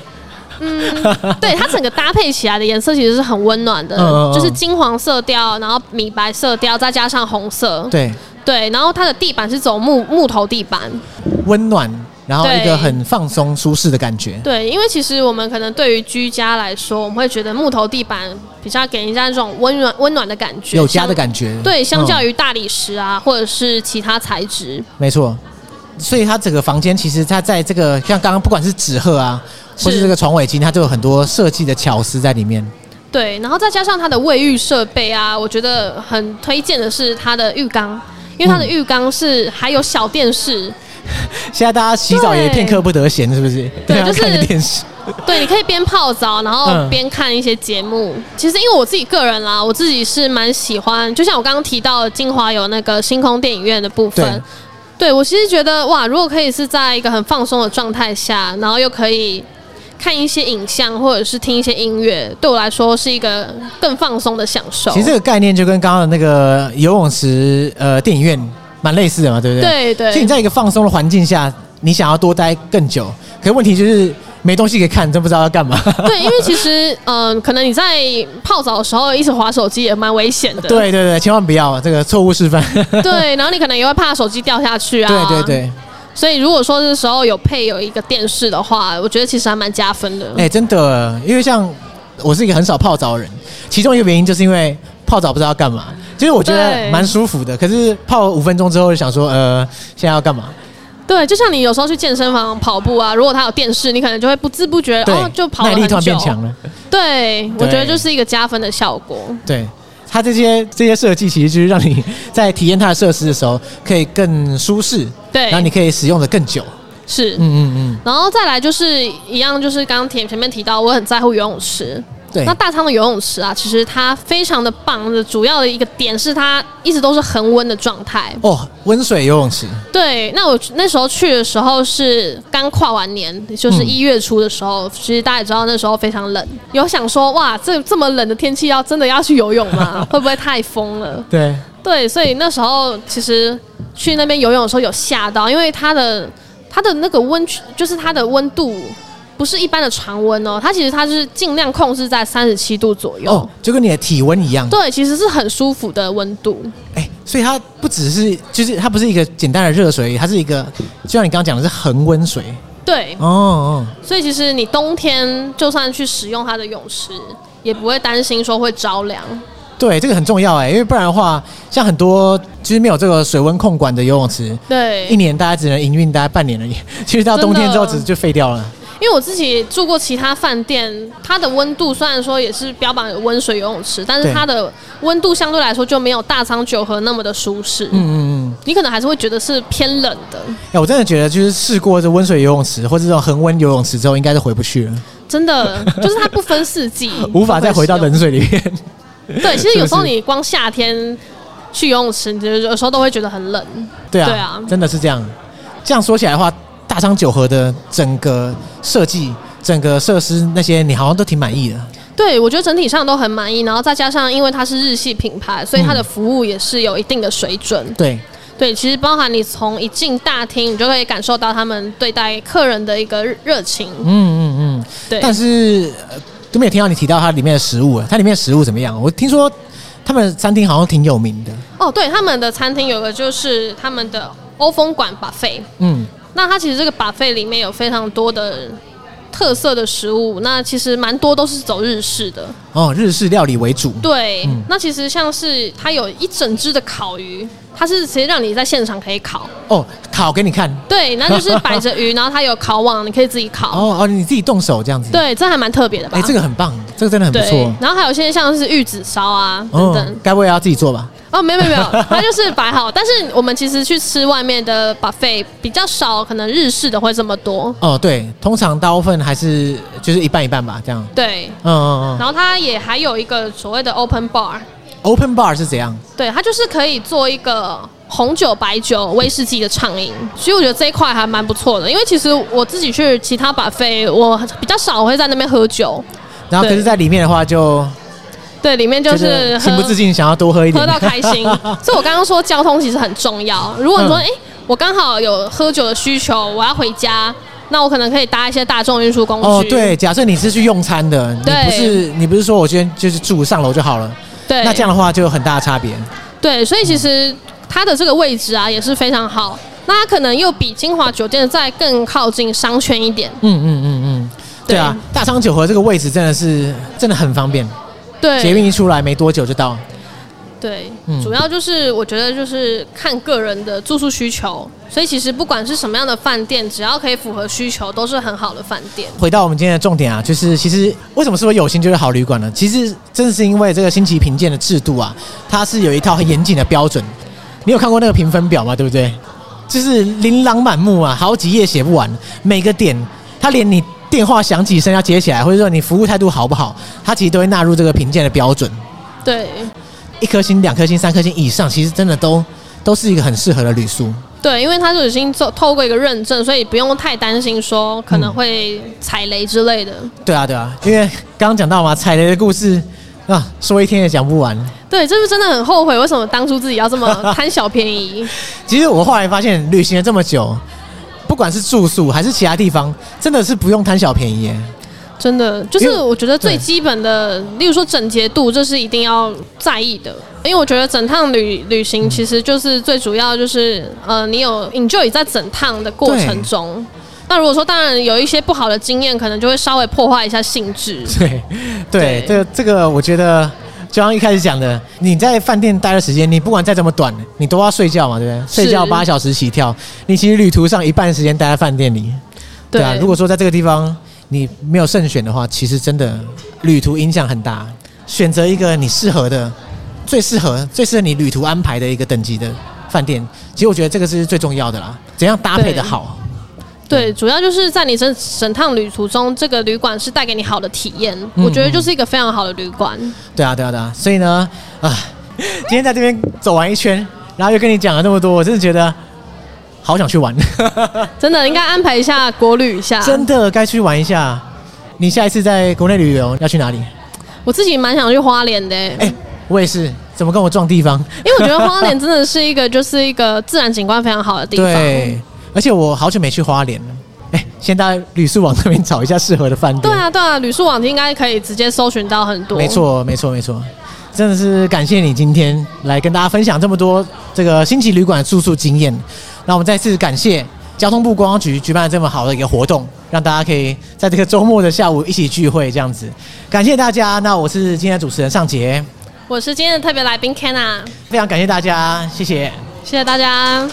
[SPEAKER 4] 对它整个搭配起来的颜色其实是很温暖的，
[SPEAKER 2] 嗯嗯嗯
[SPEAKER 4] 就是金黄色调，然后米白色调，再加上红色，
[SPEAKER 2] 对，
[SPEAKER 4] 对然后它的地板是走木木头地板，
[SPEAKER 2] 温暖，然后一
[SPEAKER 4] 对
[SPEAKER 2] 个很放松舒适的感觉，
[SPEAKER 4] 对，因为其实我们可能对于居家来说，我们会觉得木头地板比较给人家这种温暖温暖的感觉，
[SPEAKER 2] 有家的
[SPEAKER 4] 相
[SPEAKER 2] 感觉，嗯
[SPEAKER 4] 对，相较
[SPEAKER 2] 于、
[SPEAKER 4] 于大理石啊，或者是其他材质，
[SPEAKER 2] 没错。所以它整个房间其实它在这个像刚刚不管是纸鹤啊，或是
[SPEAKER 4] 是
[SPEAKER 2] 这个床尾巾，它都有很多设计的巧思在里面。
[SPEAKER 4] 对，然后再加上它的卫浴设备啊，我觉得很推荐的是它的浴缸，因为它的浴缸是还有小电视，
[SPEAKER 2] 现在大家洗澡也片刻不得闲，是不是？
[SPEAKER 4] 对
[SPEAKER 2] 要
[SPEAKER 4] 就是
[SPEAKER 2] 看个电视。
[SPEAKER 4] 对，你可以边泡澡，然后
[SPEAKER 2] 嗯
[SPEAKER 4] 边看一些节目。其实因为我自己个人啦，我自己是蛮喜欢，就像我刚刚提到的，金华有那个星空电影院的部分。对我其实觉得哇，如果可以是在一个很放松的状态下，然后又可以看一些影像或者是听一些音乐，对我来说是一个更放松的享受。
[SPEAKER 2] 其实这个概念就跟刚刚的那个游泳池呃电影院蛮类似的嘛，对不对？
[SPEAKER 4] 对对
[SPEAKER 2] 所以你在一个放松的环境下，你想要多待更久，可问题就是没东西可以看，真不知道要干嘛。
[SPEAKER 4] 对，因为其实嗯、可能你在泡澡的时候一直划手机也蛮危险的。
[SPEAKER 2] 对对对，千万不要这个错误示范。
[SPEAKER 4] 对，然后你可能也会怕手机掉下去 啊。
[SPEAKER 2] 对对对，
[SPEAKER 4] 所以如果说这时候有配有一个电视的话，我觉得其实还蛮加分的。
[SPEAKER 2] 哎、真的，因为像我是一个很少泡澡的人，其中一个原因就是因为泡澡不知道要干嘛，就是我觉得
[SPEAKER 4] 对
[SPEAKER 2] 蛮舒服的，可是泡五分钟之后就想说，呃，现在要干嘛？
[SPEAKER 4] 对，就像你有时候去健身房跑步啊，如果它有电视，你可能就会不知不觉
[SPEAKER 2] 对，
[SPEAKER 4] 哦就跑了
[SPEAKER 2] 耐
[SPEAKER 4] 很
[SPEAKER 2] 力突
[SPEAKER 4] 久。
[SPEAKER 2] 然变强了。
[SPEAKER 4] 对，我
[SPEAKER 2] 对
[SPEAKER 4] 觉得就是一个加分的效果。
[SPEAKER 2] 对，它这些这些设计其实就是让你 在体验它的设施的时候，可以更舒适，
[SPEAKER 4] 对
[SPEAKER 2] 然后你可以使用的更久。
[SPEAKER 4] 是，
[SPEAKER 2] 嗯嗯
[SPEAKER 4] 然后再来就是一样，就是刚刚前前面提到，我很在乎游泳池。
[SPEAKER 2] 嗯，对
[SPEAKER 4] 那，大仓的游泳池啊，其实它非常的棒的，主要的一个点是它一直都是恒温的状态。
[SPEAKER 2] 哦，温水游泳池，
[SPEAKER 4] 对，那我那时候去的时候是刚跨完年，就是
[SPEAKER 2] 嗯
[SPEAKER 4] 一月初的时候。其实大家也知道那时候非常冷，有想说哇，这这么冷的天气要真的要去游泳 吗？会不会太疯了？
[SPEAKER 2] 对，
[SPEAKER 4] 对，所以那时候其实去那边游泳的时候有吓到，因为它的它的那个温泉，就是它的温度不是一般的常温哦，它其实它是尽量控制在三十七度左右。
[SPEAKER 2] 哦，就跟你的体温一样。
[SPEAKER 4] 对，其实是很舒服的温度。
[SPEAKER 2] 哎、所以它不只是，就是它不是一个简单的热水，它是一个，就像你刚刚讲的是恒温水。
[SPEAKER 4] 对，
[SPEAKER 2] 哦哦，
[SPEAKER 4] 所以其实你冬天就算去使用它的泳池，也不会担心说会着凉。
[SPEAKER 2] 对，这个很重要哎，因为不然的话，像很多就是没有这个水温控管的游泳池，
[SPEAKER 4] 对，
[SPEAKER 2] 一年大概只能营运大概半年而已。 其实到冬天之后，
[SPEAKER 4] 真
[SPEAKER 2] 只
[SPEAKER 4] 的
[SPEAKER 2] 就废掉了。
[SPEAKER 4] 因为我自己住过其他饭店，它的温度虽然说也是标榜有温水游泳池，但是
[SPEAKER 2] 对
[SPEAKER 4] 它的温度相对来说就没有大仓九和那么的舒适。
[SPEAKER 2] 嗯嗯嗯。
[SPEAKER 4] 你可能还是会觉得是偏冷的，
[SPEAKER 2] 哎、我真的觉得就是试过这温水游泳池或者这种恒温游泳池之后，应该是回不去了，，
[SPEAKER 4] 真的，就是它不分四季
[SPEAKER 2] 无法再回到
[SPEAKER 4] 都可以
[SPEAKER 2] 冷水里面。
[SPEAKER 4] 使用。 对，其实有时候
[SPEAKER 2] 是不是
[SPEAKER 4] 你光夏天去游泳池，你就有时候都会觉得很冷。
[SPEAKER 2] 对啊，
[SPEAKER 4] 对啊
[SPEAKER 2] 真的是这样。这样说起来的话，大昌九和的整个设计、整个设施那些，你好像都挺满意的。
[SPEAKER 4] 对，我觉得整体上都很满意，然后再加上因为它是日系品牌，所以
[SPEAKER 2] 嗯
[SPEAKER 4] 它的服务也是有一定的水准。
[SPEAKER 2] 对，
[SPEAKER 4] 对，其实包含你从一进大厅，你就可以感受到他们对待客人的一个热热情。
[SPEAKER 2] 嗯嗯嗯。
[SPEAKER 4] 对，
[SPEAKER 2] 但是呃都没有听到你提到它里面的食物，它里面的食物怎么样？我听说他们餐厅好像挺有名的。
[SPEAKER 4] 哦，对，他们的餐厅有个就是他们的欧风馆 buffet，
[SPEAKER 2] 嗯，
[SPEAKER 4] 那它其实这个 buffet 里面有非常多的特色的食物，那其实蛮多都是走日式的。
[SPEAKER 2] 哦，日式料理为主。
[SPEAKER 4] 对，
[SPEAKER 2] 嗯
[SPEAKER 4] 那其实像是它有一整只的烤鱼，它是直接让你在现场可以烤。
[SPEAKER 2] 哦，烤给你看。
[SPEAKER 4] 对，那 就是摆着鱼，然后它有烤网，你可以自己烤。
[SPEAKER 2] 哦哎哦，你自己动手这样子。。
[SPEAKER 4] 对，这还蛮特别的吧？
[SPEAKER 2] 哎、这个很棒，这个真的很不
[SPEAKER 4] 对
[SPEAKER 2] 错。，哦
[SPEAKER 4] 然后还有一些像是玉子烧啊等等。
[SPEAKER 2] 嗯，该不会要自己做吧？
[SPEAKER 4] 哦，没有没有没有， 它就是摆好。但是我们其实去吃外面的 buffet 比较少，可能日式的会这么多。
[SPEAKER 2] 哦，对，通常大部分还是就是一半一半吧，这样。
[SPEAKER 4] 对，
[SPEAKER 2] 嗯嗯嗯。
[SPEAKER 4] 然后它也还有一个所谓的 open bar，
[SPEAKER 2] Open bar 是怎样？
[SPEAKER 4] 对，它就是可以做一个红酒、白酒、威士忌的畅饮，所以我觉得这一块还蛮不错的。因为其实我自己去其他 buffet，我比较少会在那边喝酒，
[SPEAKER 2] 然后可
[SPEAKER 4] 对
[SPEAKER 2] 是在里面的话就，
[SPEAKER 4] 对，里面
[SPEAKER 2] 就
[SPEAKER 4] 就是
[SPEAKER 2] 情
[SPEAKER 4] 喝
[SPEAKER 2] 不自禁想要多喝一点，
[SPEAKER 4] 喝到开 心。所以我刚刚说交通其实很重要。如果你说，
[SPEAKER 2] 嗯
[SPEAKER 4] 哎、我刚好有喝酒的需求，我要回家，那我可能可以搭一些大众运输工具。
[SPEAKER 2] 哦，对，假设你是去用餐的，你
[SPEAKER 4] 对
[SPEAKER 2] 不是你不是说我今天就是住上楼就好了，
[SPEAKER 4] 对，
[SPEAKER 2] 那这样的话就有很大的差别。
[SPEAKER 4] 对，所以其实它的这个位置啊也是非常好。那它可能又比金华酒店再更靠近商圈一点。
[SPEAKER 2] 嗯嗯嗯嗯，对啊，大昌九和这个位置真的是真的很方便，
[SPEAKER 4] 对，
[SPEAKER 2] 捷运一出来没多久就到。
[SPEAKER 4] 对，
[SPEAKER 2] 嗯
[SPEAKER 4] 主要就是我觉得就是看个人的住宿需求，所以其实不管是什么样的饭店，只要可以符合需求，都是很好的饭店。
[SPEAKER 2] 回到我们今天的重点啊，就是其实为什么说有心就是好旅馆呢？其实真的是因为这个星级评鉴的制度啊，它是有一套很严谨的标准。你有看过那个评分表吗？对不对？就是琳琅满目啊，好几页写不完，每个点它连你电话响几声要接起来，或者说你服务态度好不好，它其实都会纳入这个评鉴的标准。
[SPEAKER 4] 对，
[SPEAKER 2] 一颗星、两颗星、三颗星以上，其实真的都都是一个很适合的旅宿。
[SPEAKER 4] 对，因为它是已经透透过一个认证，所以不用太担心说可能会踩雷之类的。
[SPEAKER 2] 对啊，对啊，因为刚刚讲到嘛，踩雷的故事啊，说一天也讲不完。
[SPEAKER 4] 对，这是真的很后悔，为什么当初自己要这么贪小便宜？
[SPEAKER 2] 其实我后来发现，旅行了这么久，不管是住宿还是其他地方，真的是不用贪小便宜耶。
[SPEAKER 4] 真的，就
[SPEAKER 2] 因
[SPEAKER 4] 是
[SPEAKER 2] 为
[SPEAKER 4] 我觉得
[SPEAKER 2] 对
[SPEAKER 4] 最基本的，例如说整洁度，这是一定要在意的。因为我觉得整趟旅旅行其实就是最主要就是，呃，你有 enjoy 在整趟的过程中。那如果说当然有一些不好的经验，可能就会稍微破坏一下兴致。
[SPEAKER 2] 对，对
[SPEAKER 4] 对，
[SPEAKER 2] 这这个我觉得，就像一开始讲的，你在饭店待的时间，你不管再怎么短，你都要睡觉嘛，对不对？睡觉八小时起跳，你其实旅途上一半时间待在饭店里。
[SPEAKER 4] 对
[SPEAKER 2] 啊，如果说在这个地方你没有慎选的话，其实真的旅途影响很大。选择一个你适合的、最适合、最适合你旅途安排的一个等级的饭店，其实我觉得这个是最重要的啦。怎样搭配的
[SPEAKER 4] 对
[SPEAKER 2] 好？
[SPEAKER 4] 对，主要就是在你整整趟旅途中，这个旅馆是带给你好的体验。
[SPEAKER 2] 嗯
[SPEAKER 4] 我觉得就是一个非常好的旅馆。
[SPEAKER 2] 对啊，对啊，对啊。所以呢，啊，今天在这边走完一圈，然后又跟你讲了那么多，我真的觉得好想去玩，
[SPEAKER 4] 真的应该安排一下国旅一下。
[SPEAKER 2] 真的该去玩一下。你下一次在国内旅游要去哪里？
[SPEAKER 4] 我自己蛮想去花莲的、欸
[SPEAKER 2] 哎、我也是，怎么跟我撞地方？
[SPEAKER 4] 因为我觉得花莲真的是一个，就是一个自然景观非常好的地方。
[SPEAKER 2] 对，而且我好久没去花莲了。哎、先到旅宿网那边找一下适合的饭店。
[SPEAKER 4] 对啊，对啊，旅宿网应该可以直接搜寻到很多。
[SPEAKER 2] 没，错，没错，没错。真的是感谢你今天来跟大家分享这么多这个星级旅馆的住宿经验。那我们再次感谢交通部观光局举办了这么好的一个活动，让大家可以在这个周末的下午一起聚会，这样子。感谢大家。那我是今天的主持人尚杰，
[SPEAKER 4] 我是今天的特别来宾 Kenna，
[SPEAKER 2] 非常感谢大家，谢谢。
[SPEAKER 4] 谢谢大家。